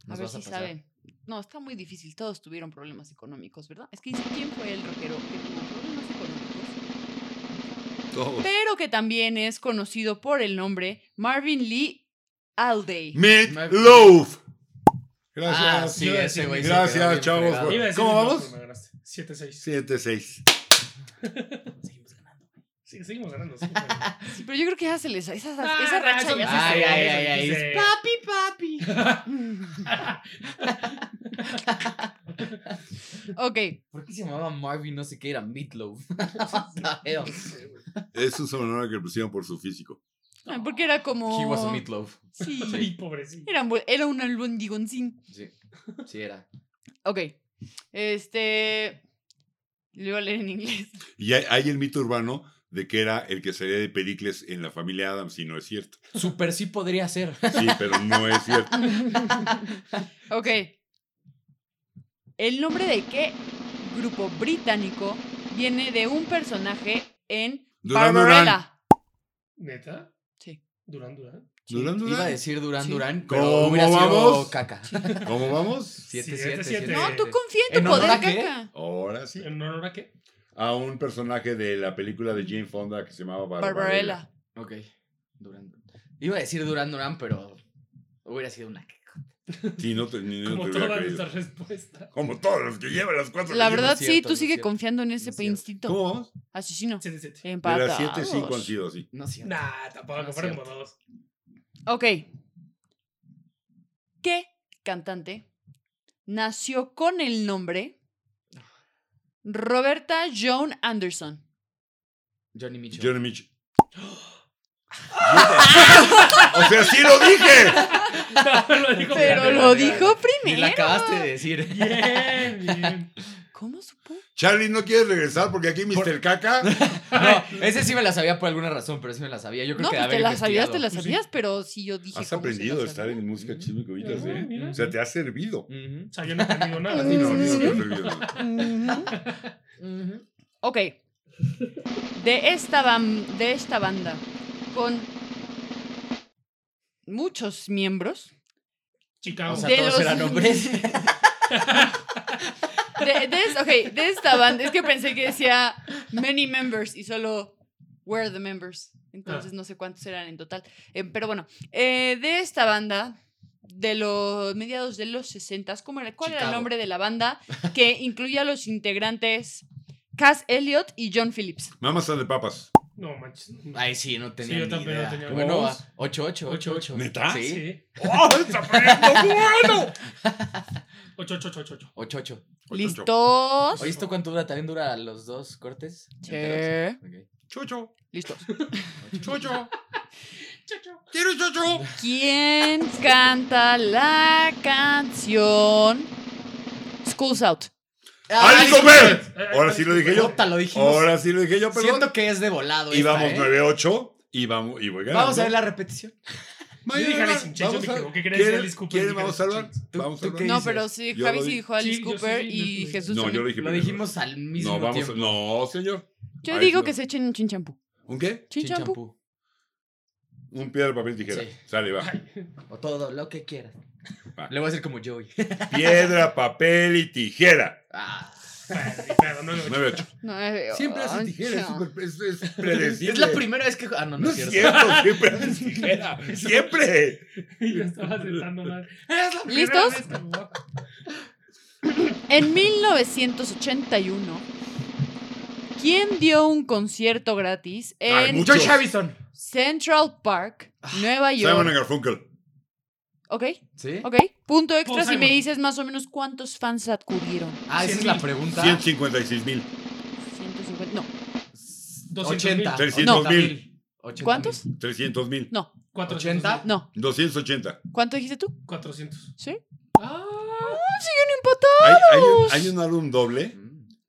B: Nos
D: ver
B: vas a
D: si
B: pasar.
D: saben. No, está muy difícil. Todos tuvieron problemas económicos, ¿verdad? Es que dice quién fue el rockero que tuvo problemas económicos,
A: Todos.
D: pero que también es conocido por el nombre Marvin Lee Alday.
A: Meat
B: My-
A: Loaf.
B: Ah,
A: Gracias.
B: sí,
C: Yo iba a
B: ese
C: decir-
B: güey. se
A: Gracias,
B: quedó bien
A: chavos,
B: fregado.
A: güey.
C: Iba a decir
A: ¿Cómo
C: un
A: vamos?
C: nombre, me ganaste. Siete, seis.
A: 7-6.
B: Seguimos ganando.
C: Sí, seguimos ganando. seguimos ganando.
D: Sí, pero yo creo que ya se les. Esa, esa
C: Ah,
D: racha
C: eso
D: ya
C: dice,
B: Ay,
D: se acabó.
B: ay,
C: eso
B: ay, ay,
C: dice.
D: Papi, papi. ok.
B: ¿Por qué se llamaba Marvin? No sé qué era Meatloaf. Sabemos.
A: Es un sobrenombre que le pusieron por su físico.
D: Ay, Porque era como.
B: He was a Meatloaf.
D: Sí.
C: Ay, pobrecito.
D: Era, un- era un albondigoncín.
B: Sí. Sí, era.
D: Ok. Este. Lo iba a leer en inglés.
A: Y hay, hay el mito urbano de que era el que salía de Pericles en la familia Adams, y no es cierto.
B: Super sí podría ser.
A: Sí, pero no es cierto.
D: Ok. ¿El nombre de qué grupo británico viene de un personaje en
A: Duran Duran.
D: Barbarella?
C: ¿Neta?
D: Sí.
B: Eh,
C: Durán, Durán.
A: Durán,
B: Iba a
A: Durán.
B: decir Durán
D: Sí.
B: Durán,
A: ¿Cómo
B: pero hubiera
A: vamos?
B: sido caca.
A: ¿Cómo vamos?
B: 7 7
C: Siete, siete.
D: No, tú confía en tu
B: ¿En honor
D: poder,
B: a qué?
D: caca.
A: Ahora sí.
C: ¿En honor a qué?
A: A un personaje de la película de Jane Fonda que se llamaba Barbarella.
D: Barbarella.
B: Ok. Durán. Iba a decir Durán Durán, pero hubiera sido una caca.
A: Sí, no te, ni- no
C: Como
A: te hubiera
C: todas
A: creído.
C: nuestras respuestas.
A: Como todos los que llevan las cuatro.
D: La
A: que
D: verdad,
B: es
D: sí,
B: cierto,
D: tú
B: no es
D: sigue
B: cierto,
D: confiando en ese
B: es cierto.
A: llevan.
D: instinto.
A: ¿Cómo vamos?
D: Asesino.
C: Siete, siete.
A: De las
D: Empatados.
A: 7-5 han sido así.
B: No sé.
C: Nah, tampoco,
B: No es
C: fueron
B: cierto.
C: como dos.
D: Ok. ¿Qué cantante nació con el nombre Roberta Joan Anderson?
B: Johnny Mitchell.
A: Johnny Mitchell. o sea, sí lo dije.
C: No, lo dijo
D: Pero
C: primero.
D: lo dijo
B: Ni la
D: primero.
B: acabaste de decir.
C: Bien, bien.
D: ¿Cómo supo?
A: Charlie, ¿no quieres regresar? Porque aquí Mr. Caca.
B: No, ese sí me la sabía por alguna razón, pero sí me la sabía. Yo creo
D: No,
B: que de
D: pues
B: haber
D: te la sabías,
B: investigado.
D: te la
B: Sí.
D: sabías, pero sí yo dije.
A: Has
D: ¿cómo se la
A: aprendido a
D: sabía?
A: estar en música
B: Ujú.
A: chisme cubitas,
C: Ujú,
A: ¿eh?
C: mira.
A: O sea, te ha servido.
B: Ujú.
C: O sea, yo no he aprendido
A: A
C: nada.
A: ti no, a mí no me ha
D: Ujú.
A: servido nada.
D: Ujú. Ok. De esta, ban- de esta banda, con muchos miembros,
C: Chicago.
B: O sea,
D: De
B: todos
D: los-
B: eran hombres.
D: De, de es- ok, de esta banda, es que pensé que decía many members y solo were the members. Entonces no sé cuántos eran en total. Eh, pero bueno, eh, de esta banda, de los mediados de los 60, ¿cómo era, ¿cuál era el
B: Chicago.
D: nombre de la banda que incluía a los integrantes Cass Elliot y John Phillips?
A: Mamas and de papas.
C: No manches. no.
B: Ay, sí, no tenía.
C: yo
B: ni
C: también no
B: idea.
C: tenía
B: Bueno,
C: voz.
B: 8-8.
C: Ocho,
B: 8-8.
A: ¿Neta?
B: Sí.
C: Ah, Sí.
A: ¡Oh, está poniendo bueno!
C: Ocho, ocho, ocho, ocho, ocho.
B: 8-8.
D: ¿Listos?
B: Oye, ¿esto cuánto dura? ¿También dura los dos cortes?
D: Sí.
B: Enteros. Ok.
A: Chocho,
D: Listos.
A: chocho. ¡Quiero chocho!
D: ¿Quién canta la canción Schools Out?
A: ¡Alice
B: Ay,
A: Cooper!
C: Ay,
A: Ahora sí lo dije yo.
B: Puta, lo dijimos.
A: Ahora sí lo dije yo, perdón.
B: Siento que es de volado.
A: Y
B: esta,
A: vamos
B: ¿eh?
A: 9-8. Y vamos, y voy ganando.
B: Vamos a ver la repetición.
C: Yo dije Alice in Chains, yo
A: Vamos
C: me
A: a-
C: equivoqué, quería decir
A: ¿Quieren,
C: Alice Cooper,
A: ¿quieren
C: dije
A: vamos a
C: Alice in
A: hablar?
C: Chains.
B: ¿Tú-
A: Vamos a
B: tú
A: hablar.
B: qué
D: No,
B: dices?
D: pero sí,
A: Yo
D: Javi
A: lo
D: sí
A: di-
D: dijo Alice
C: Sí, yo sí,
D: Cooper
C: yo
D: y
C: sí.
D: Jesús
A: No, yo
D: también.
A: lo dije
B: Lo
A: primero.
B: dijimos al mismo
A: No, vamos a-
B: tiempo.
A: No, señor.
D: Yo
A: A ver,
D: digo
A: no.
D: que se echen un chinchampú.
A: ¿Un qué?
D: Chinchampú.
B: Chinchampú.
A: Un piedra, papel, tijera.
B: Sí.
A: Sale, va.
B: O todo, lo que quieras.
A: Va.
B: Le voy a hacer como Joey.
A: Piedra, papel y tijera.
B: Ah,
C: Ay, perdón, no, no, no.
A: 9-8.
D: No, eh,
A: Siempre hace
D: ay,
A: tijera. Es,
D: no.
A: súper- es, es predecible.
B: es la primera vez que. Ah, no, no,
A: No es cierto, siempre haces tijera. Siempre.
C: Yo estaba sentando mal. Es la primera
D: ¿Listos?
C: vez que lo-
D: En 1981, ¿quién dio un concierto gratis
A: Ay,
D: en
A: mucho. Joy
B: Chavison.
D: Central Park,
C: Ah,
D: Nueva
A: Simon and
D: York?
A: Garfunkel.
D: Ok,
B: ¿Sí?
D: ok. Punto extra si me
C: Simon.
D: dices más o menos cuántos fans acudieron.
B: Ah, esa es la pregunta.
A: 156 mil.
D: 150. No,
C: 200,000.
A: 300,000.
B: 80,000. 80,000.
D: ¿cuántos?
A: 300 mil.
C: 400,000.
B: 80.
D: No.
A: 280.
D: ¿Cuánto dijiste tú?
C: 400.
D: ¿Sí?
C: Ah,
A: Hay, hay, un, hay un álbum doble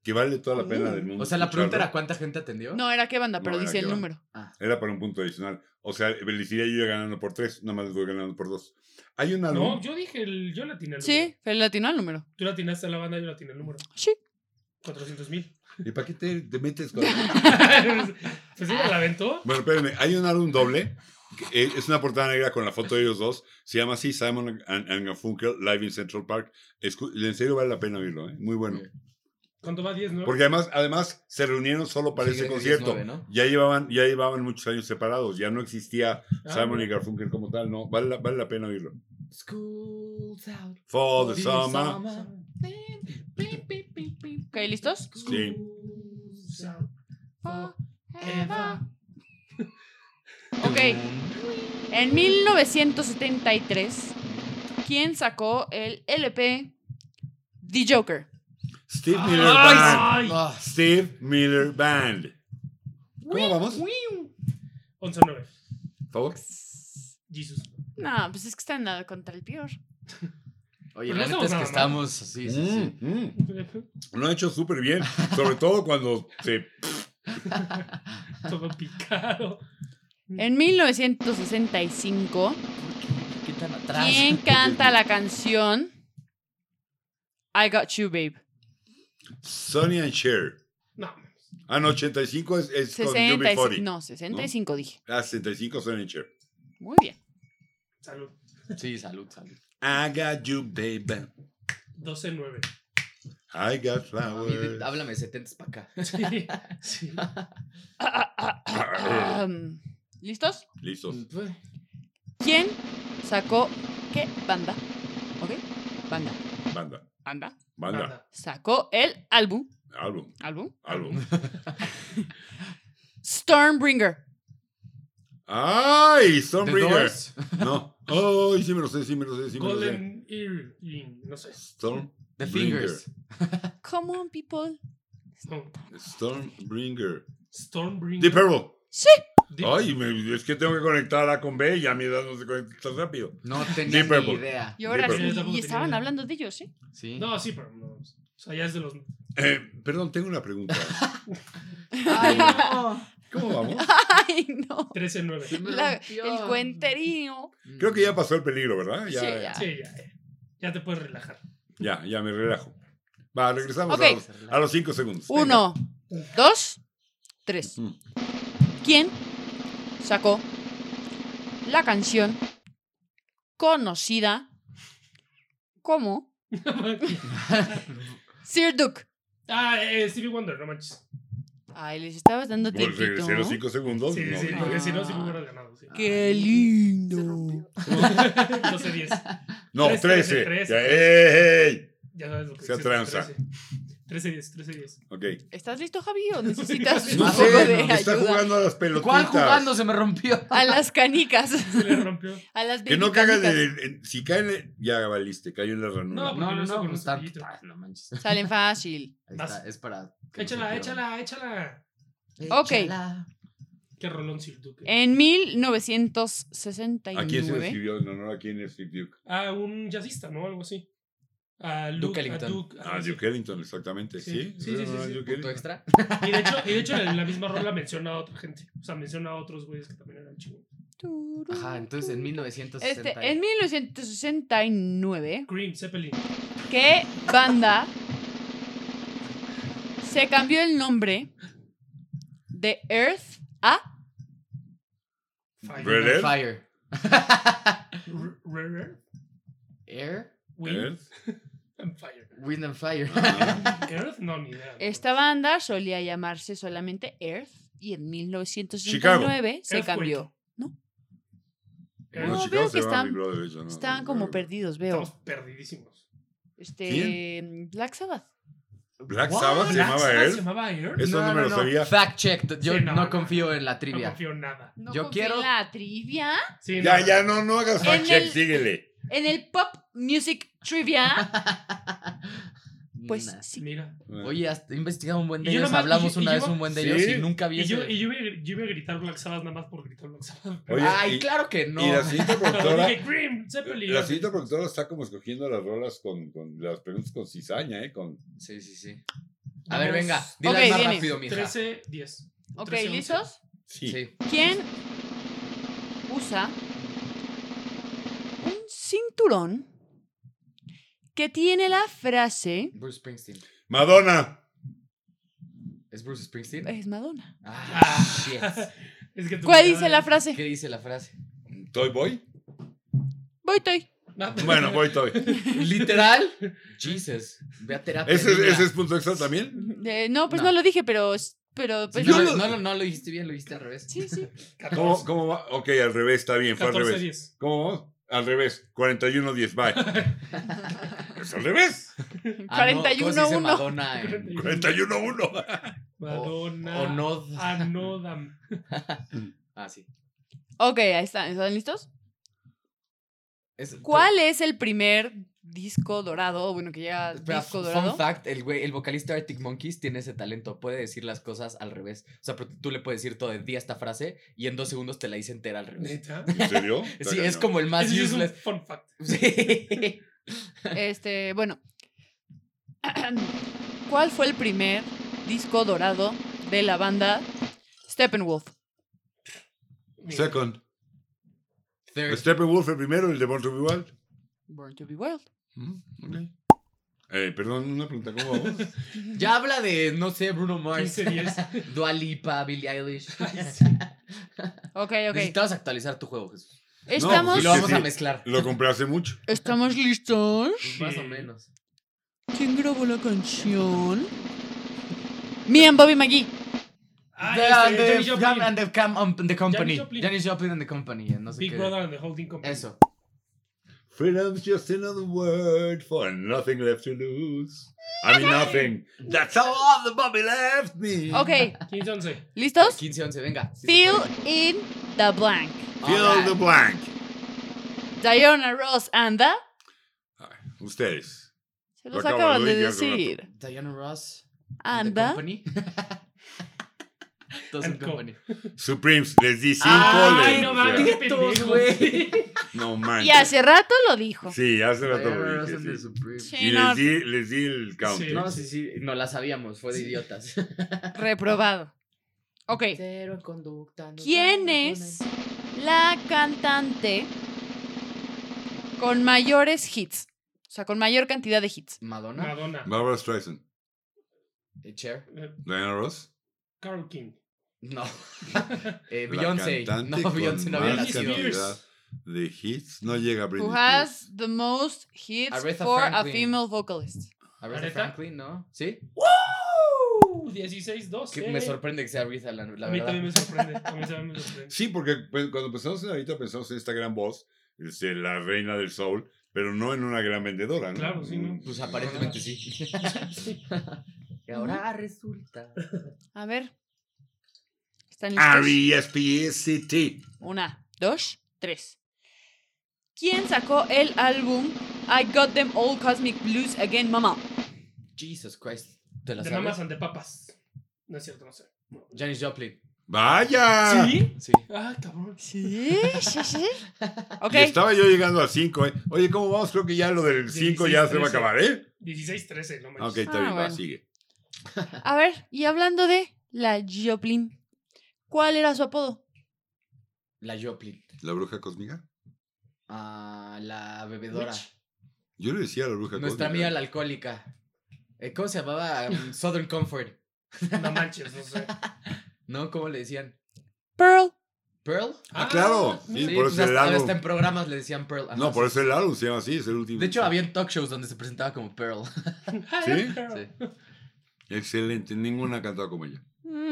A: que vale toda la pena del mundo.
B: Mm. O sea, la pregunta
A: escucharlo.
B: era cuánta gente atendió.
D: No, era qué banda,
A: No,
D: pero
A: era
D: dice
A: qué
D: el
A: banda.
D: número.
A: Era para un punto adicional. O sea, Belicería yo iba ganando por tres, nada más voy ganando por dos. Hay un álbum.
C: no, yo dije, el, yo la atiné al número.
D: Sí, el latino al número.
C: Tú la atinaste a la banda, yo la atiné al número.
D: Sí.
C: 400 mil.
A: ¿Y para qué te, te metes con.?
C: pues ella la aventó.
A: bueno, espérenme. Hay un álbum doble. que, eh, Es una portada negra con la foto de ellos dos. Se llama así Simon and, and Garfunkel Live in Central Park. Escu- en serio vale la pena oírlo, ¿eh? Muy bueno.
C: ¿Cuánto va? 10, ¿no?
A: Porque además, además se reunieron solo para
B: Sí,
A: ese
B: de
A: concierto.
B: 19, ¿no?
A: Ya llevaban, ya llevaban muchos años separados. Ya no existía
C: Ah,
A: Simon y
C: mira.
A: Garfunkel como tal. No, vale la, vale la pena oírlo.
B: School's out.
A: For the
B: Sí,
A: summer.
D: Ok, ¿listos?
A: Sí.
C: School's out forever.
D: Ok, en 1973, ¿quién sacó el LP The Joker?
A: Steve
C: Ay,
A: Miller Band.
C: ay.
B: Ah,
A: Steve Miller Band. ¿Cómo vamos?
C: 11-9.
A: Por favor.
C: Jesus.
D: No, pues es que está en nada contra el peor.
B: Oye,
C: Pero
B: la
C: no
B: neta es que
C: estamos nada
B: estamos. Sí, sí, sí.
A: Mm, mm. Lo ha hecho súper bien. Sobre todo cuando eh, se.
C: Todo picado.
D: En 1965,
A: Mm.
B: ¿Qué tan atrás?
D: ¿quién canta la canción I Got You, Babe?
A: Sonny and Cher.
C: No.
A: Ah, no, 85 es, es con Yumi
D: 65,
A: 40.
D: no, 65 dije.
A: Ah, 65 Sonny and Cher.
D: Muy bien.
C: Salud.
B: Sí, salud, salud.
A: I got you, baby.
C: 12-9.
A: I got
B: Mami, de-
A: flowers.
B: háblame de 70 para acá.
C: Sí. sí.
D: Ah, ah, ah, ah, um, ¿Listos?
A: Eh, Listos.
B: Mm, pues,
D: ¿Quién sacó qué banda? ¿Ok? Banda,
A: Banda.
D: banda.
A: Banda.
D: Sacó el álbum,
A: Álbum.
D: álbum
A: Álbum.
D: Stormbringer.
A: ¡Ay!
B: The
A: Stormbringer.
B: Doors.
A: No. ¡Ay! Sí me lo sé, sí me lo sé, sí me lo sé.
C: Golden Earring. No sé.
A: Storm.
B: The Fingers.
D: Come on, people.
C: No.
A: Stormbringer.
C: Stormbringer.
A: Deep Purple.
C: Deep-
A: Ay, me- es que tengo que conectar A con B y a mi edad no se conecta tan rápido.
B: No tenía
A: Deep
B: ni
A: Purple.
B: idea.
D: Y ahora
A: Sí,
D: sí,
A: pero-
C: Yo tampoco
D: y
C: tenía
D: estaban
C: idea.
D: hablando de ellos, ¿eh? ¿sí?
B: Sí.
C: No, sí, pero no. O sea, ya es de los.
A: Eh, perdón, tengo una pregunta.
B: Ay, no.
A: ¿Cómo vamos?
D: Ay, no.
C: 13-9.
D: La-
B: rompió.
D: el cuenterío.
A: Mm. Creo que ya pasó el peligro, ¿verdad? Ya,
D: Sí,
A: ya.
D: ya.
C: Sí, ya. Ya te puedes relajar.
A: ya, me relajo. Va, regresamos
D: Ok.
A: a, los, a los cinco segundos. Venga.
D: Uno, dos, tres.
A: Mm.
D: ¿Quién sacó la canción conocida como Sir Duke?
C: ah, eh, Stevie Wonder, no manches.
D: Ay, les estabas dando
A: Pues
D: tiempito.
A: regresé los cinco segundos.
C: Sí,
A: Oh, no, Ah,
C: sí,
A: venga.
C: porque si no, sí me hubieras ganado. Sí.
D: Qué
B: Ay, se
D: lindo.
B: rompió.
C: 12-10.
A: No,
C: Tres,
A: trece.
C: trece, trece.
A: Ya, ¡ey, ey!
C: Ya sabes lo que
A: Sea
C: dices,
A: tranza.
C: 13-10, 13-10.
A: Ok.
D: ¿Estás listo, Javi? ¿O necesitas
A: No
D: un
A: sé,
D: poco de
A: está
D: ayuda?
A: jugando a las pelotitas.
B: ¿Cuál jugando se me rompió?
D: A las canicas.
C: Se le rompió.
D: A las
A: Que no
D: baby
A: cagas
D: canicas.
A: en, en- Si caen, en- ya valiste, cayó en la ranura.
C: No,
B: No, no,
C: lo hizo
B: no.
C: con
B: No,
C: un
B: está-
C: cepillito.
B: ah, no manches.
D: Salen fácil.
B: Ahí
C: Vas.
B: está, es para. que no se
C: Échala,
B: pierdan.
C: échala, échala.
D: Ok.
B: Échala.
C: Qué rolón Sir Duke.
D: En
A: ¿A quién se le
D: 1969.
A: escribió en honor a quién es Steve Duke?
C: Ah, un jazzista, ¿no? Algo así. A Luke,
B: Duke
C: a
B: Ellington.
C: Duke, a-
A: Ah, Duke Ellington, exactamente. Sí,
C: Sí, sí, sí, sí,
A: Ah,
C: sí.
A: Duke
B: Punto
A: Ellington.
B: extra.
C: Y de hecho, y de hecho en la misma rola menciona a otra gente. O sea, menciona a otros güeyes que también eran chingos.
B: Ajá, entonces en 1960.
D: Este, en 1969,
C: Cream, Zeppelin.
D: ¿qué banda se cambió el nombre de Earth a
C: Fire.
A: Red Earth.
B: Fire.
C: R- Rare Earth,
B: Air,
C: Wind
A: Earth.
C: and Fire.
B: Wind and Fire.
A: Ah,
C: Earth, no, ni idea.
D: esta banda? Solía llamarse solamente Earth y en 1969 se
C: Earthquake.
D: cambió.
C: Earth,
A: no,
D: No,
A: Chicago
D: veo
A: se
D: que
A: llama
D: están-
A: Big Brother, de hecho, no,
D: Estaban
A: Big
D: como
A: Brother.
D: perdidos, veo.
C: Estamos perdidísimo.
D: Este, Black Sabbath.
A: Black
B: What?
A: Sabbath se llamaba
C: Se
A: Earth.
C: llamaba Earth.
A: Eso no, me lo sabía.
B: Fact check. Yo
C: Sí,
B: no,
C: no, no.
B: confío en la
C: No
B: trivia.
C: confío en nada.
D: No
B: Yo
D: confío en
B: quiero-
D: la trivia.
C: Sí,
A: Ya,
C: no.
A: ya, no, no hagas fact
D: En
A: check,
D: el-
A: síguele.
D: En el pop music trivia, pues
B: Nah.
D: sí.
C: Mira.
B: Oye, hasta he investigado un buen de
C: Y yo
B: ellos.
C: nomás-
B: Hablamos
C: y- y
B: una
C: yo-
B: vez un buen de
A: Sí.
B: ellos y nunca vi
C: Y
B: ese.
C: yo, y yo, iba, a gri- yo iba a gritar Black Sabbath nada más por gritar Black Sabbath.
A: Oye,
B: Ay,
A: y-
B: claro que no.
A: Y la siguiente
C: Pero
A: productora.
C: dije Cream, Zeppelin.
A: La señorita productora está como escogiendo las rolas con, con las preguntas con cizaña, ¿eh? Con,
B: Sí, sí, sí. A
C: Vamos,
B: ver, venga, dilas
D: Ok,
B: más
D: viene.
B: rápido, mija.
C: 13, 10.
D: Ok,
C: 13, 11.
D: ¿listos?
A: sí.
B: Sí.
D: ¿Quién usa un cinturón que tiene la frase
B: Bruce Springsteen.
A: Madonna.
B: ¿Es Bruce Springsteen?
D: es Madonna?
B: Ah, shit.
C: Es que tu
D: ¿Cuál
C: mirada
D: dice la
C: es-
B: ¿Qué
D: frase?
B: dice la frase?
A: ¿Toy Boy?
D: Voy, estoy.
C: No,
A: Bueno, Boy Toy.
B: ¿Literal? Jesus. Ve a terapia.
A: ¿Ese, es-
B: niña.
A: ese es punto extra también?
D: Eh, no, pues
B: No.
D: no. lo dije, pero pero
B: Sí,
D: pues
B: no,
D: no.
B: lo- no, lo- no lo dijiste bien, lo dijiste al revés.
D: Sí, sí.
A: ¿Cómo,
C: 14,
A: cómo va? Ok, al revés, está bien, fue al
C: 14,
A: revés.
C: 10.
A: ¿Cómo vamos? Al revés, 41-10, bye. es al revés,
B: Ah, no, ¿cómo se dice
D: 41-1.
B: Madonna en-
A: 41-1.
C: Madonna.
B: O Oh, no.
C: Anodam.
B: Ah, sí.
D: Ok, ahí están. ¿Están listos?
B: Es-
D: ¿Cuál es el primer disco dorado? Bueno, que ya
B: Espera,
D: disco
B: fun
D: dorado.
B: fact, el güey, el vocalista de Arctic Monkeys tiene ese talento, puede decir las cosas al revés. O sea, pero tú le puedes decir todo el día esta frase y en dos segundos te la dice entera al revés.
C: Neta.
A: ¿En serio?
B: Sí, es como el más
C: Ese sí es un
B: useless.
C: fun fact.
B: Sí.
D: Este, bueno. ¿Cuál fue el primer disco dorado de la banda Steppenwolf?
C: Mira.
A: Second.
B: Third.
C: Pues,
A: Steppenwolf el primero, el de Born to Be Wild. Mm,
D: Born to be Wild.
A: Eh, perdón, una pregunta, ¿cómo vamos?
B: Ya habla de, no sé, Bruno Mars,
C: 15, 10.
B: Dua Lipa, Billie Eilish.
C: Ay, sí.
D: Ok, ok.
B: Necesitabas actualizar tu juego, Jesús.
D: Estamos,
B: Y lo vamos
A: Sí,
B: a
A: sí.
B: mezclar.
A: Lo compré hace mucho.
D: ¿Estamos listos?
B: Pues Más o
C: Sí.
B: menos.
D: ¿Quién grabó la canción? Me and Bobby McGee.
C: Ah,
B: The-
C: este,
B: the-
C: Johnny Joplin.
B: and the cam- um, the company.
C: Janis Joplin.
B: Janis Joplin and the company. No sé
C: Big
B: qué.
C: Brother and the Holding Company.
B: Eso.
A: Freedom's just another word for nothing left to lose. I mean nothing. That's all the Bobby left me.
D: Ok,
C: 15, 11.
D: ¿listos?
B: 15, 11, venga. Sí se
D: Fill
B: puede.
D: in the blank.
A: Fill the
B: Alright.
A: blank.
D: Diana Ross and the...
A: A ver, Ustedes.
D: Se
A: Lo
D: los
A: acabo
D: acaban
A: de
D: de
A: oír hace rato.
D: decir.
B: Diana Ross. and the
D: Anda.
B: company. Todos
C: And
B: en
C: Co.
B: company.
A: Supremes, les di cinco.
B: Ay,
A: les-
C: no
A: o sea,
C: mames.
B: Todos, güey.
A: No manches.
D: Y hace rato lo dijo.
A: Sí, hace rato
B: Diana
A: lo
B: Ross and
A: dije.
B: the
A: sí.
B: Supremes.
A: Y
D: Sí, no,
A: les di, les di el count.
C: Sí.
B: No, sí, sí, no la sabíamos, fue de idiotas.
D: reprobado. Ok.
B: Cero en conducta.
D: ¿Quién es la cantante con mayores hits? O sea, con mayor cantidad de hits.
B: Madonna.
C: Madonna.
A: Barbara Streisand.
B: Eh, Cher.
C: Eh,
A: Diana Ross.
C: Carl King.
B: No. Eh,
A: la
B: Beyoncé.
A: cantante
B: No,
A: con
B: Beyoncé no había
A: más
C: Britney
B: nacido.
C: Spears.
A: cantidad De hits. No llega Britney
D: Who
A: Spears.
D: has the most hits
B: Aretha
D: for
B: Franklin.
D: a female vocalist?
B: Aretha
C: ¿Aretha?
B: Franklin, ¿no? ¿Sí?
C: ¡Woo! 16, 12.
B: Que me sorprende que sea Aretha, la, la
C: eh. a mí también
B: verdad.
C: me sorprende. A mí también me sorprende.
A: Sí, porque pues, cuando pensamos en ahorita pensamos en esta gran voz, este, la reina del soul, pero no en una gran vendedora, ¿no?
C: Claro, sí, ¿no?
B: Pues aparentemente sí. y ahora resulta.
D: A ver. ¿Están listos?
A: E R-E-S-P-E-C-T.
D: Una, dos, tres. ¿Quién sacó el álbum I Got Them All Cosmic Blues Again, Mama?
B: Jesus Christ. ¿Te la
C: De mamas
B: sabes?
C: ante papas. No es cierto, no sé.
B: Janis Joplin.
A: ¡Vaya!
C: ¿Sí?
B: Sí.
C: Ah, cabrón.
D: Sí, sí, sí. Ok.
A: Y estaba yo llegando a 5, ¿eh? Oye, ¿cómo vamos? Creo que ya lo del 5 ya se va a
C: 16,
A: acabar, ¿eh?
C: 16-13, no
A: Ok,
C: manches.
A: está
D: Ah,
A: bien, va,
D: bueno.
A: sigue.
D: A ver, y hablando de la Joplin, ¿cuál era su apodo?
B: La Joplin.
A: ¿La bruja cósmica?
B: Ah, la bebedora.
A: Yo le decía a la bruja cósmica.
B: Nuestra amiga la alcohólica. Eh, ¿Cómo se llamaba? Mm, Southern Comfort.
C: No manches, no sé.
B: ¿No? ¿Cómo le decían?
D: Pearl.
B: ¿Pearl?
A: Ah, claro. Sí, por
B: pues
A: eso el
B: hasta, hasta
A: álbum.
B: en programas le decían Pearl. Ajá,
A: No, por
B: sí.
A: eso el álbum se llama así, es el último.
B: De hecho, había en talk shows donde se presentaba como Pearl.
A: ¿Sí?
B: Sí.
A: Excelente, ninguna ha cantado como ella.
D: Mm,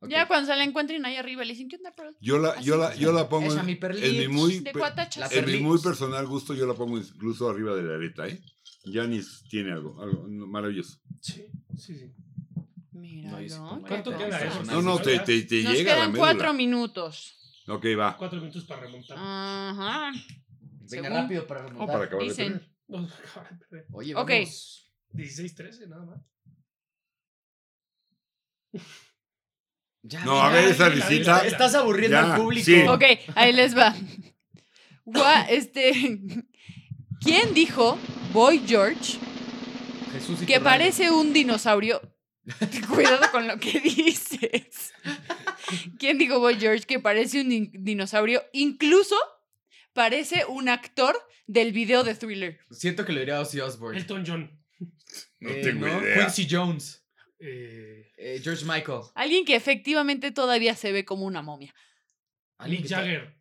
B: Ok.
D: Ya cuando se la encuentren ahí arriba, le dicen, ¿qué onda, Pearl?
A: Yo la, yo la, yo la pongo
B: Esa
A: en,
B: mi Perlitz.
A: en mi muy,
D: De
A: pe-
D: cuatachas.
B: La
A: en mi
B: Perlitz.
A: muy personal gusto, yo la pongo incluso arriba de la areta, ¿eh? Janis tiene algo, algo maravilloso.
C: Sí, sí, sí.
D: Míralo,
B: No, yo sí pongo
D: qué
B: ahí,
C: ¿Cuánto
B: pero
C: queda
D: cosa.
B: eso?
A: No, no, te, te, te
D: Nos
A: llega la
D: quedan
A: médula.
D: cuatro minutos.
A: Ok, va.
C: Cuatro minutos para
D: Ah.
C: remontar.
D: Ajá.
B: Venga,
D: Según-
B: rápido para
A: No,
B: remontar.
A: para acabar de
D: Dicen.
A: tener.
C: No, acaba de perder.
B: Oye,
D: Ok.
B: vamos.
C: 16-13, nada más.
B: Ya,
A: No, a
B: mira,
A: ver esa
C: dila,
A: visita.
C: dila.
B: Estás aburriendo
A: Ya,
B: al público.
A: sí.
D: Ok, ahí les va. Gua- este, ¿Quién dijo Boy George
B: Jesús
D: que
B: Iturralde.
D: parece un dinosaurio? Cuidado con lo que dices. ¿Quién dijo Boy George que parece un din- dinosaurio? Incluso parece un actor del video de Thriller.
B: Siento que lo diría Ozzy Osbourne.
C: Elton John.
A: No
B: Eh,
A: tengo
B: ¿no?
A: idea.
B: Quincy Jones.
C: Eh,
B: Eh, George Michael.
D: Alguien que efectivamente todavía se ve como una momia.
B: Alguien
C: Mick
B: que está-
C: Jagger.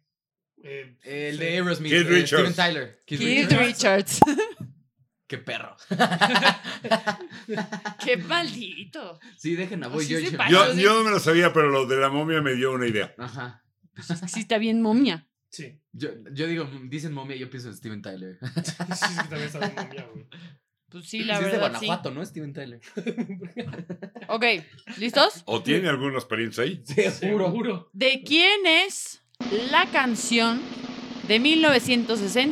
C: Eh,
B: El
C: sí.
B: de Aerosmith.
A: Keith
B: eh,
A: Richards.
B: Steven Tyler. Keith
D: Keith
B: Richards.
D: Richards.
B: Qué perro.
D: Qué maldito.
B: Sí, dejen a Boy
D: Así se
B: George.
D: parece.
A: Yo, yo no me lo sabía, pero lo de la momia me dio una idea.
B: Ajá.
D: Sí está bien momia.
C: Sí.
B: Yo, yo digo, dicen momia, yo pienso en Steven Tyler. Sí,
C: Sí, es que también está bien momia, güey.
D: Pues sí, la
B: es de
D: verdad. Sí.
B: Guanajuato, ¿no? Steven Tyler.
D: Ok, ¿listos?
A: ¿O tiene alguna experiencia ahí?
C: Seguro.
D: ¿De quién es la canción de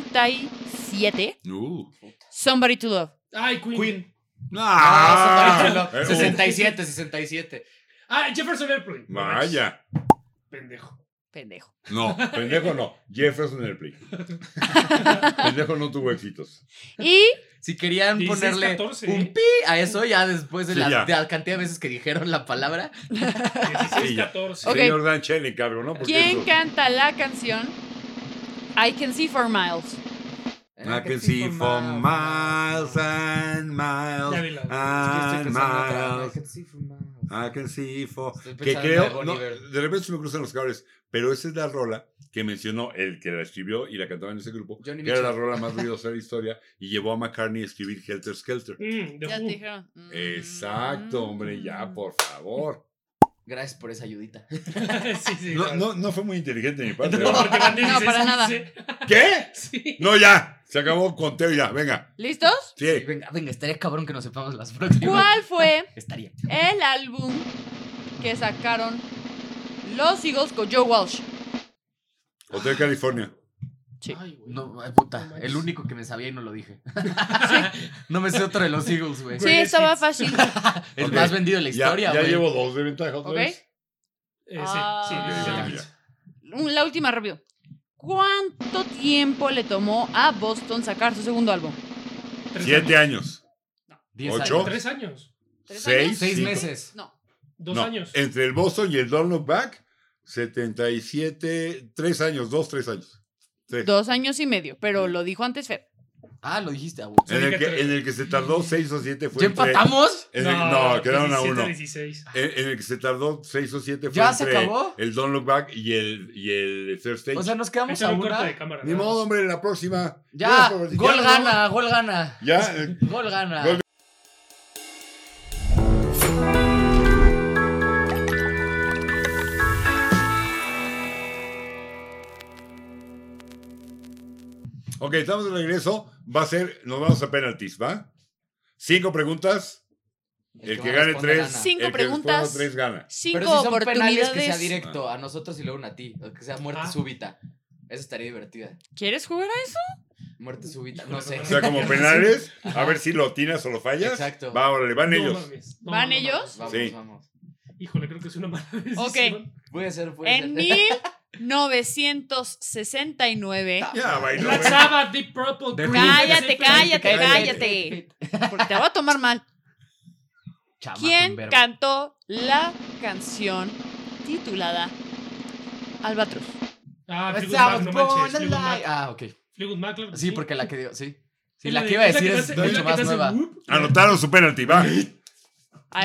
D: 1967?
A: Uh.
D: Somebody to Love.
C: Ay, Queen.
B: Queen.
A: ¡Ah!
B: No,
A: Eh, uh,
B: 67, 67.
C: Ah, Jefferson Airplane. No manches,
A: Vaya.
C: Pendejo.
D: Pendejo.
A: No, pendejo no. Jefferson Airplane. pendejo no tuvo éxitos.
D: Y
B: Si querían
C: 16,
B: ponerle
C: 14,
B: un pi a eso, ya después de,
A: Sí,
B: la,
A: ya.
B: de la cantidad de veces que dijeron la palabra.
C: 16,
A: ya.
C: 14.
D: Ok.
A: Señor Dan Shelley, cabrón, ¿no? Porque
D: ¿quién
A: eso-
D: canta la canción I Can See For Miles?
A: I can see ah, for miles and miles
C: Ya dila.
A: and miles. I can see for.
B: Estoy
A: Ah, Que
B: pensando en la de
A: creo.
B: Bon
A: no,
B: Iver.
A: de repente se me cruzan los cables. Pero esa es la rola que mencionó el que la escribió y la cantaba en ese grupo.
B: Johnny
A: que era la
B: Mitchell.
A: rola más ruidosa de la historia. Y llevó a McCartney a escribir Helter Skelter.
C: Mm, The
D: Ya te
C: Who.
D: dijeron. Mm.
A: Exacto, hombre, ya, por favor.
B: Gracias por esa ayudita.
C: sí, sí.
A: No,
C: claro.
A: no, no fue muy inteligente de mi parte.
C: No,
A: ¿verdad?
C: porque van 16,
D: para nada.
C: 15.
A: ¿Qué?
C: Sí.
A: No, ya. Se acabó el conteo ya. Venga.
D: ¿Listos?
A: Sí.
B: Venga, venga, estaría cabrón que nos sepamos las próximas.
D: ¿Cuál fue
B: Estaría.
D: el álbum que sacaron los Eagles con Joe Walsh?
A: Hotel California.
D: Sí.
C: Ay, güey.
B: No, ay,
C: No
B: puta,
C: manches.
B: el único que me sabía y no lo dije. No me sé otro de los Eagles, güey.
D: Sí,
C: Greatest
D: estaba
C: Hits.
D: fácil.
B: El
A: Ok,
B: más vendido de la historia,
A: ya ya
B: güey.
A: llevo dos de ventaja otra
D: Ok.
A: vez.
C: Eh, sí, sí,
D: Ah.
C: 16, 15.
D: Un- La última review. ¿Cuánto tiempo le tomó a Boston sacar su segundo álbum?
C: Tres
A: Siete
C: años.
A: años.
B: Diez
A: ¿Ocho?
B: años.
C: Tres años.
D: ¿Tres
A: Seis,
D: años?
B: Seis
A: Cinco.
B: meses.
D: No.
C: Dos
A: No,
C: años.
A: Entre el Boston y el Don't Look Back, 77, tres años, dos, tres años. Tres.
D: Dos años y medio, pero lo dijo antes Fer.
B: Ah, lo dijiste, ah, güey.
A: En, el
C: dije
A: que,
C: tres.
A: en el que se tardó seis o siete fue
B: ¿Ya
A: entre-
B: empatamos?
A: en el- no, quedaron a
C: 17,
A: uno.
C: 16.
A: En, en el que se tardó seis o siete fue
B: ¿Ya se
A: entre
B: acabó?
A: el Don't Look Back y el, y el First Stage.
B: O sea, nos quedamos
C: Échale
B: a
C: un corte de
B: una.
C: cámara.
A: Ni
C: nada
A: modo,
C: más.
A: hombre, la próxima.
B: Ya,
A: Robert,
B: gol
A: ya,
B: gana, gol gana.
A: Ya, eh,
B: Gol gana.
A: Gol Ok, estamos de regreso. Va a ser, nos vamos a penaltis, ¿va? Cinco preguntas. El que
B: va a
A: gane tres.
B: responder gana.
D: Sí, Cinco
A: el que responda
D: preguntas.
A: tres gana.
D: Cinco
B: Pero si son penales
D: oportunidades.
B: que sea directo a nosotros y luego una a ti. o Que sea muerte
C: Ah.
B: súbita. Eso estaría divertida.
D: ¿Quieres jugar a eso?
B: Muerte súbita,
C: Híjole,
B: no
C: no
B: sé.
A: O sea, como penales, a ver si lo tiras o lo fallas.
B: Exacto.
A: Va, órale, van
C: No
A: ellos.
C: mames, no, no
D: ¿Van
C: mames.
D: ellos?
B: Vamos,
A: Sí.
B: vamos.
C: Híjole, creo que es una mala decisión.
D: Ok.
B: Voy a hacer fuerza.
D: En 1969.
A: Ya, bailó.
C: Black Sabbath, Deep Purple,
B: De-
C: Creed,
D: Cállate,
C: Zeppelin.
D: cállate, cállate. Porque te voy a tomar mal.
B: Chamaco
D: ¿Quién
B: en verbo.
D: cantó la canción titulada Albatros?
C: Ah, Fleetwood Mac,
B: Sabbath,
C: no
B: born
C: manches. Fleetwood
B: alive.
C: Mac.
B: Ah, ok.
C: Fleetwood Mac, claro que
B: Sí, porque la que dio, sí. Sí,
C: Es
B: la
C: de-
B: que iba a
C: es la
B: decir
C: te
B: es
C: hace- la
B: mucho
C: que
B: más
C: te hace
B: nueva.
C: whoop.
A: Anotaron su penalti, va.
D: Ahí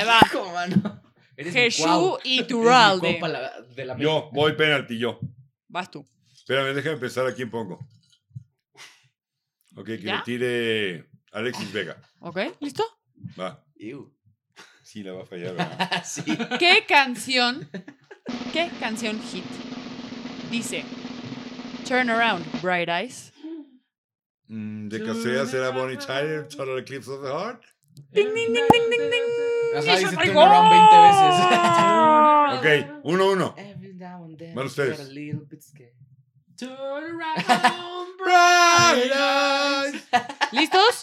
D: va.
B: ¿Cómo, mano? Eres mi
D: Jesús
B: cuau.
D: y
B: Eres mi
D: Turalde.
B: compa la- de la
A: Yo, voy penalti, yo.
D: Vas tú.
A: Espérame, déjame pensar a quién pongo. Ok, que
D: ¿Ya?
A: lo tire Alexis Vega.
D: ¿Ok? ¿Listo?
A: Va.
B: Iu.
A: Sí, la va a fallar. ¿verdad?
B: sí.
D: ¿Qué canción? ¿Qué canción hit? Dice Turn Around, Bright Eyes.
A: Mm, de casualidad será Bonnie Tyler, Total Eclipse of the Heart.
C: Ding, ding, ding, ding, ding, ding.
B: O
D: Y
B: sea, dice
D: yo traigo-
B: turn around 20 veces. Ah.
A: Ok, 1-1. Uno, uno.
B: Every now and then,
A: Van
B: I get
A: ustedes.
B: a little bit scared.
C: Turn around, bro.
A: Bright eyes.
D: ¿Listos?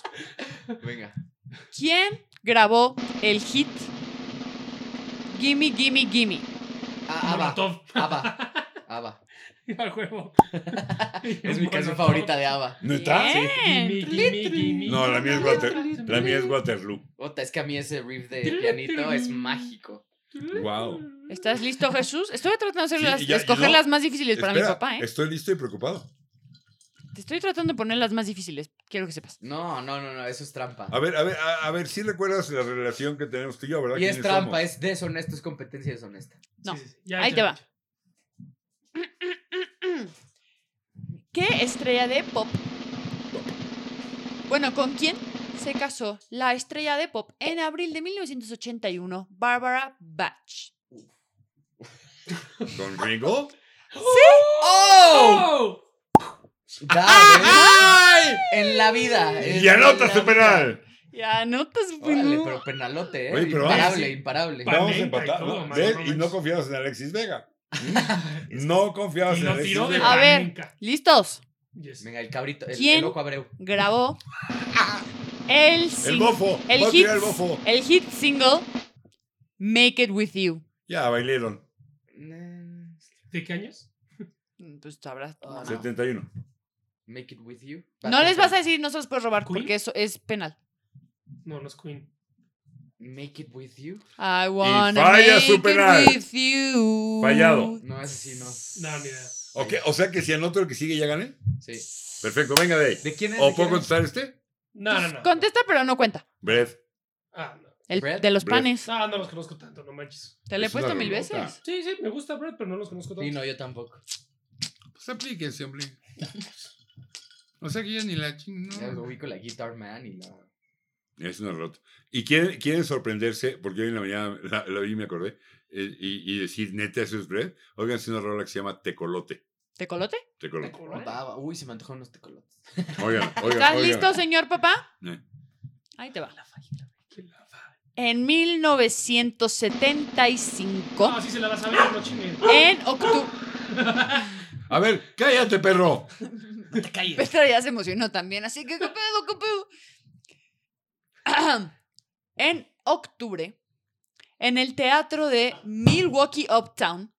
B: Venga.
D: ¿Quién grabó el hit Gimme, Gimme, Gimme?
B: Ah, Abba.
C: Molotov.
B: Abba. Abba.
C: Al juego.
B: Es mi canción
C: Molotov.
B: favorita de Abba.
A: ¿Neta?
D: Bien.
C: Gimme, gimme, gimme.
A: No, la mía es Walter. La mía es Waterloo.
B: Ota, es que a mí ese riff de pianito es mágico.
A: Wow.
D: ¿Estás listo, Jesús? Estoy tratando de, hacer
A: Sí,
D: las-
A: y
D: de
A: ya- y
D: escoger
A: no-
D: las más difíciles para mi
A: Espera,
D: papá, ¿eh?
A: Estoy listo y preocupado.
D: Te estoy tratando de poner las más difíciles. Quiero que sepas.
B: No, no, no, no, eso es trampa.
A: A ver, a ver, a, a ver, si recuerdas la relación que tenemos tú y yo, ¿verdad?
B: Y es
A: ¿Quiénes
B: trampa,
A: somos?
B: es deshonesto, es competencia deshonesta.
D: No.
C: Sí, sí, sí. Ya,
D: Ahí
C: ya,
D: te va.
C: ya.
D: ¿Qué estrella de pop? Bueno, ¿con quién se casó la estrella de pop en abril de 1981, Barbara Bach?
B: ¿eh?
A: ¿Con Ringo?
B: ¡Oh!
C: ¡Oh!
D: Ah,
B: ¡Ay! ¿eh? En la vida. en
A: ¡Y anota
B: la
A: su
B: vida.
A: penal!
D: Ya, no te supe,
B: Órale,
D: no.
B: pero penalote, ¿eh?
A: Oye, pero
B: imparable,
C: vamos-
B: imparable.
C: Pa-
A: Vamos a
C: Panenka y
A: empatar.
C: todo,
A: ¿no?
C: mano,
A: ¿Ves?
C: no
A: Y no
C: manches.
A: confiabas en Alexis Vega. No confiabas
C: Y
A: en
C: lo
A: Alexis
C: tiró de
A: Vega.
D: A ver.
C: Panenka.
D: ¿Listos?
C: Yes.
B: Venga, el cabrito, el,
D: ¿Quién?
B: el loco Abreu.
D: Grabó el,
A: El
D: sing-
A: bofo.
D: el
A: voy a
D: hit,
A: tirar el bofo.
D: el hit single Make It With You.
A: Ya, bailaron.
C: ¿De qué años?
D: Mm, Pues sabrás.
A: Oh,
D: tú,
B: Ah,
D: mamá.
B: sí.
A: 71.
B: Make it with you.
D: No les vas a decir, no se los puedes robar
C: ¿Queen?
D: porque eso es penal.
C: No, no es Queen.
B: Make it with you.
D: I wanna
A: falla
D: make
A: su
D: it
A: penal.
D: with you.
A: Fallado.
B: No, ese sí, no.
C: No, ni idea.
A: Ok, o sea que si anoto el que sigue ya gané.
B: Sí.
A: Perfecto, venga de ahí.
B: ¿De quién es?
A: ¿O
B: ¿De quién
A: puedo
B: es?
A: contestar este?
C: No, no, no.
D: Pues Contesta, pero no cuenta.
A: Brett.
C: Ah, no.
D: El
B: Bread,
D: de los
A: bread.
D: panes.
C: Ah, no los conozco tanto, no manches.
D: Te lo he
A: es una
D: puesto mil
A: rolota.
D: veces.
C: Sí, sí, me gusta Brad, pero no los conozco tanto.
B: Sí, no, yo tampoco.
A: Pues aplíquense, hombre. O sea que ya ni la ching,
B: Ya ubico la Guitar Man y la.
A: Es una rota. Y quieren, quieren sorprenderse, porque hoy en la mañana la, la vi y me acordé, eh, y, y decir, neta, eso es bread. Oigan, es una rola que se llama Tecolote.
D: ¿Te colote?
A: Tecolote.
B: Baba. Uy, se me antojaron unos tecolotes.
A: Oigan, oigan.
D: ¿Estás
A: oigan.
D: listo, señor papá?
A: Eh.
D: Ahí te va.
C: Que la fa-
D: En 1975,
C: Ah, sí se la vas a ver, no chingue.
D: en octubre.
A: A ver, cállate, perro.
B: No te calles.
D: Petra ya se emocionó también, así que qué pedo, qué pedo. Ahem. En octubre, en el teatro de Milwaukee Uptown,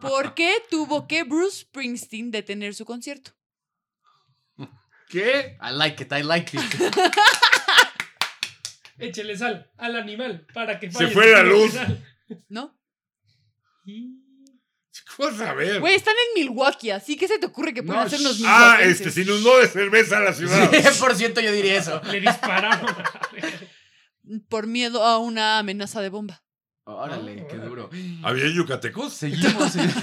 D: ¿por qué tuvo que Bruce Springsteen detener su concierto?
A: ¿Qué?
B: I like it, I like it.
C: Échele sal al animal para que
A: Se
C: falle.
A: fue la luz.
D: ¿No?
A: ¿Cómo saber?
D: Güey, están en Milwaukee, así que se te ocurre que pueden
A: No,
D: hacer los
A: sh- Ah,
D: milwaukenses?
A: este, se inundó de cerveza la ciudad.
B: 100% yo diría eso.
C: Le dispararon.
D: Por miedo a una amenaza de bomba.
B: Órale,
D: Ah,
B: qué duro.
A: ¿Había yucatecos?
B: Seguimos.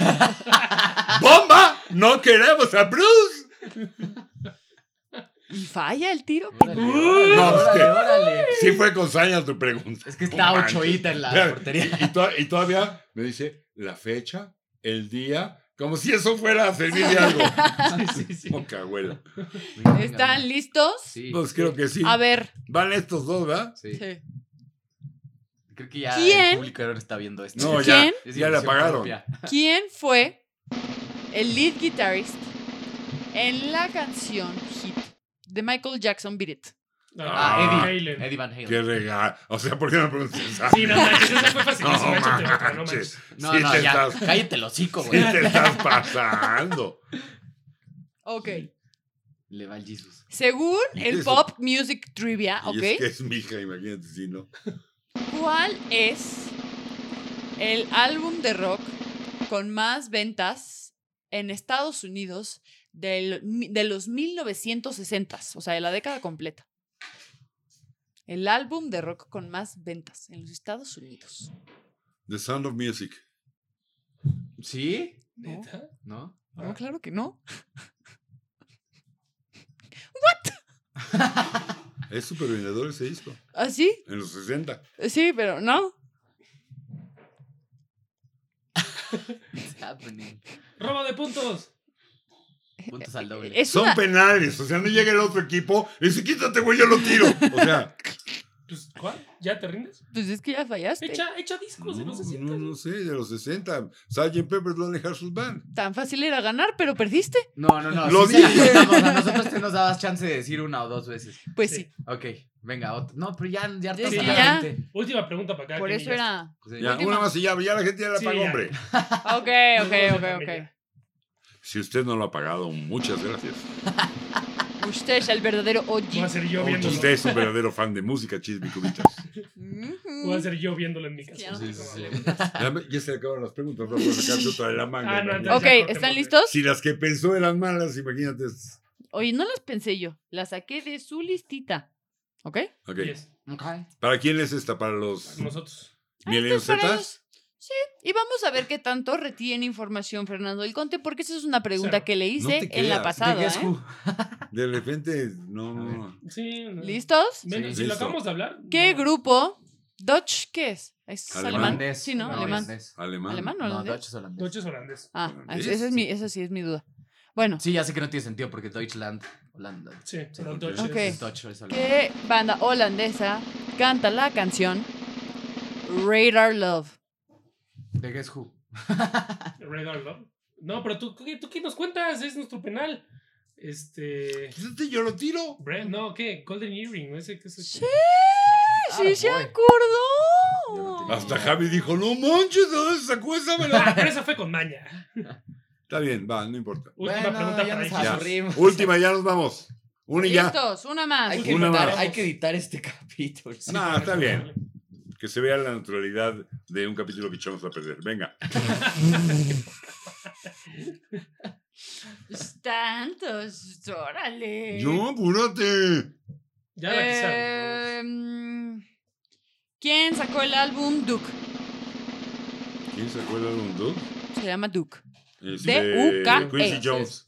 A: ¡Bomba! ¡No queremos a Bruce!
D: Y falla el tiro.
B: Órale,
A: Uy.
B: órale,
A: No, es que-
B: órale, órale.
A: Sí fue con saña tu pregunta.
B: Es que está
A: No
B: ocho
A: manches.
B: hita en la
A: Espérame,
B: portería.
A: Y, y to- y todavía me dice la fecha, el día, como si eso fuera a servir de algo.
C: sí, sí, sí.
A: Cahuela.
B: Venga, venga,
D: ¿Están
B: venga.
D: listos?
B: Sí.
A: Pues creo que sí.
D: A ver.
A: Van estos dos, ¿verdad?
B: sí.
D: sí.
B: Creo que ya
D: ¿Quién?
B: el público ahora está viendo esto.
A: No,
D: ¿Quién?
A: ya.
B: Es
A: Ya le
B: diversión
A: apagaron.
B: propia.
D: ¿Quién fue el lead guitarist en la canción Hit de Michael Jackson Beat It?
B: Ah,
A: Ah,
B: Eddie.
C: Halen.
B: Eddie Van Halen.
A: Qué regalo. O sea, ¿por qué no pronuncias?
C: Sí, no manches, esa fue
A: No
C: facilísima. échate otra, no manches.
A: manches.
B: No,
A: sí,
B: no,
A: te
B: ya.
A: Estás, sí
B: Cállate el hocico, güey.
A: te estás pasando.
D: Ok.
B: Le va el Jesus.
D: Según el
A: Eso.
D: Pop Music Trivia,
A: Y es que
D: Ah, ¿ok?
A: es mi hija, imagínate si no.
D: ¿Cuál es el álbum de rock con más ventas en Estados Unidos del- de los 1960s? O sea, de la década completa. El álbum de rock con más ventas en los Estados Unidos.
A: The Sound of Music.
B: ¿Sí?
C: ¿Neta?
B: ¿No?
D: No, claro que no.
A: Es súper vendedor ese disco.
D: ¿Ah, sí?
A: En los 60.
D: Sí, pero no.
B: It's happening.
C: Robo de puntos.
B: Puntos al doble.
D: Es
A: Son
D: una-
A: penales. O sea, no llega el otro equipo y dice, quítate, güey, yo lo tiro. O sea,
C: Pues, ¿Cuál? ¿Ya te rindes?
D: Pues es que ya fallaste.
C: Echa, echa discos de
A: no,
C: los 60.
A: no, no sé, de los 60. Sgt. Pepper's Lonely Hearts Club Band.
D: Tan fácil era ganar, pero perdiste.
B: No, no, no.
A: Lo
B: sí se la
A: dije.
B: contamos, a nosotros te nos dabas chance de decir una o dos veces.
D: Pues
C: Sí.
D: sí.
B: Ok, venga, otro. No, pero ya, ya hartas
D: Sí,
B: a
C: sí,
B: la
D: ya.
B: gente.
C: Última pregunta para acá.
D: Por eso era.
B: Sí.
A: Ya,
D: Última.
A: una más y ya, ya la gente ya la
C: Sí,
A: pagó,
C: ya.
A: hombre.
D: Ok, ok, ok, ok.
A: Si usted no lo ha pagado, muchas gracias.
D: Usted es el verdadero
C: Voy a
D: OG.
C: ser yo
A: Mucho,
C: viéndolo.
A: usted es un verdadero fan de música, chismicubitas.
D: Ujú.
C: Voy a ser yo viéndolo en mi casa.
D: Ya no
B: Sí,
D: sé
B: sí,
D: cómo
B: sí.
D: le gusta.
A: Ya, me- ya se le acabaron las preguntas, no puedo sacarse otra de la manga.
C: Ah, no,
A: imagínate.
C: Ya
D: Ok,
C: cortemos,
D: ¿están
C: eh.
D: listos?
A: Si las que pensó eran malas, imagínate.
D: Oye, no las pensé yo. Las saqué de su listita. ¿Ok?
A: Ok.
C: Yes,
B: Ok.
A: ¿Para quién es esta? ¿Para los
C: Nosotros.
A: millennials
D: pues, para
A: zetas?
D: Y vamos a ver qué tanto retiene información Fernando del Conte, porque esa es una pregunta
C: Cero.
D: que le hice
A: No te
D: en
A: creas.
D: la pasada.
B: The Guess
D: ¿eh?
B: Who.
A: De repente, no, no, no.
C: Sí. no.
D: ¿Listos?
C: Venga,
B: Sí.
C: si lo
A: Listo.
C: acabamos de hablar.
D: ¿Qué
C: no.
D: grupo? ¿Dutch qué es? ¿Es
A: Alemán.
D: alemán?
B: Holandés.
D: Sí, ¿no? alemán.
B: holandés.
A: Alemán.
D: ¿Alemán o
B: No,
D: holandés?
B: Dutch es holandés.
C: Noches holandés.
D: Ah,
A: Holandés,
D: esa, es mi,
A: sí.
D: esa sí es mi duda. Bueno,
B: Sí, ya sé que no tiene sentido porque Deutschland, Holanda.
C: Sí, pero
A: ok.
C: Dodge
D: Ok.
C: es-
B: Es Deutsch es holandés.
D: ¿qué banda holandesa canta la canción Radar Love?
B: The Guess Who.
C: Red Alert, ¿no? No, pero tú, ¿qué- tú qué nos cuentas? Es nuestro penal. Este.
A: Quítate, Pues yo lo tiro.
C: Bre- no, ¿qué? Golden Earring, no sé qué es.
D: Sí,
B: Ah,
D: sí se
B: voy.
D: acordó.
B: Ya no tenía
A: Hasta Javi dijo, no manches, ¿de dónde sacó esa? Me
C: Ah,
A: la-".
C: pero esa fue con maña.
A: Está bien, va, no importa.
C: Última
B: Bueno,
C: pregunta
B: ya
C: para
B: nos
C: ellos.
A: Ya.
B: aburrimos.
A: Última, ya nos vamos. Una y ya.
D: Listos, una más.
B: Hay que,
A: Una
B: editar,
A: más.
B: hay que editar este capítulo. sí.
A: No, está bien. Que se vea la naturalidad de un capítulo que echamos a perder. Venga.
D: Tantos, órale.
A: No, apúrate.
C: Ya la que
B: Eh,
C: sabe.
D: Em, ¿Quién sacó el álbum Duke?
A: ¿Quién se acuerda de un dude?
D: Se llama Duke.
A: Este,
C: E.
D: D-U-K-E.
A: Quincy Jones.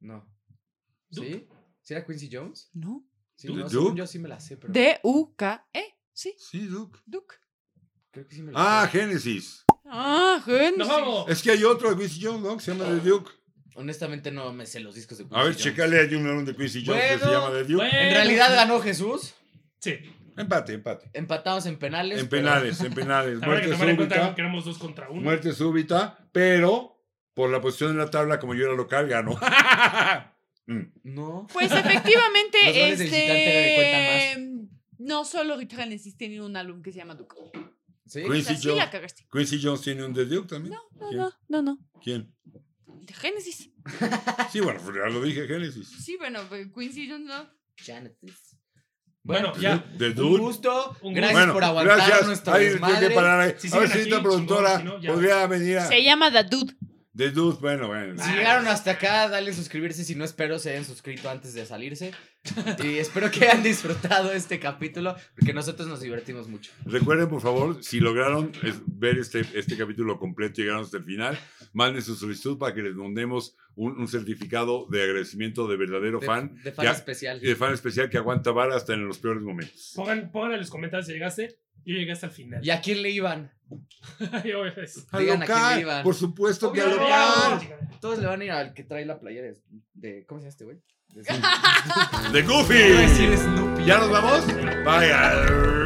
B: No.
C: Duke.
B: ¿Sí? ¿Sí era Quincy Jones?
D: ¿No?
B: Sí,
A: Duke.
B: no, según
A: Duke.
B: yo sí me la sé, pero
D: D-U-K-E. E, Sí,
A: Sí, Duke.
D: Duke.
B: creo que sí me la
A: Ah,
B: sé.
A: Génesis.
D: Ah, gente.
C: ¡Nos vamos!
A: Es que hay otro de Quincy Jones, ¿no? Que se llama The Duke.
B: Honestamente no me sé los discos de Quincy
A: A ver,
B: Jones.
A: checale hay un álbum de Quincy Jones que se
B: Bueno,
A: llama The Duke.
C: bueno.
B: En realidad ganó Jesús.
C: Sí.
A: Empate, empate.
B: Empatados en penales.
A: En
B: pero-
A: penales, en penales.
C: Habrá que
A: Muerte
C: tomar en cuenta
A: Pues súbita.
C: que éramos dos contra uno.
A: Muerte súbita, pero por la posición en la tabla, como yo era local, ganó. Mm.
B: No.
D: Pues efectivamente,
B: Los goles de visitante
D: este. No solo Rita Genesis tiene un álbum que se llama Duke. O
B: ¿Sí?
A: Quincy
D: sea, sí
A: Jones.
D: la cagaste.
A: Quincy Jones tiene un The Duke también.
D: No,
A: ¿Quién?
D: no, no, no.
A: ¿Quién?
D: De Genesis.
A: Sí, bueno, pues ya lo dije, Génesis.
D: Sí, bueno, pero Quincy Jones no.
B: Janice.
C: Bueno,
A: The
C: ya.
A: Duke- The
B: Un
A: Duke.
B: gusto.
C: Un
B: gracias
A: Bueno,
B: por aguantar
A: gracias.
B: nuestro
A: Ahí tengo
B: desmadre.
A: que parar ahí.
C: Si
A: a ver
C: siguen
A: si esta
C: aquí,
A: productora
C: chingón, si no, ya.
A: podría venir a...
D: Se llama The Dude.
A: The Dude, bueno, bueno.
B: Si llegaron hasta acá, dale suscribirse. Si no, espero se hayan suscrito antes de salirse. Y espero que hayan disfrutado este capítulo, porque nosotros nos divertimos mucho.
A: Recuerden, por favor, si lograron es- ver este, este capítulo completo y llegaron hasta el final, manden su solicitud para que les mandemos un, un certificado de agradecimiento de verdadero
B: De
A: fan
B: de fan
A: ya.
B: especial.
A: y de fan especial que aguanta vara hasta en los peores momentos.
C: Pongan, pongan en los comentarios si llegaste. Yo llegué hasta el final.
B: ¿Y a quién le iban?
C: Yo, es-
A: Al
B: Digan a quién le
A: local,
B: iban.
A: por supuesto que al
B: Obvio,
A: local.
B: Todos le van a ir al que trae la playera de- de. ¿Cómo se llama este güey? De-
A: De
B: Iba a decir
A: Goofy.
B: Snoopy.
A: ¿Ya nos vamos? Bye.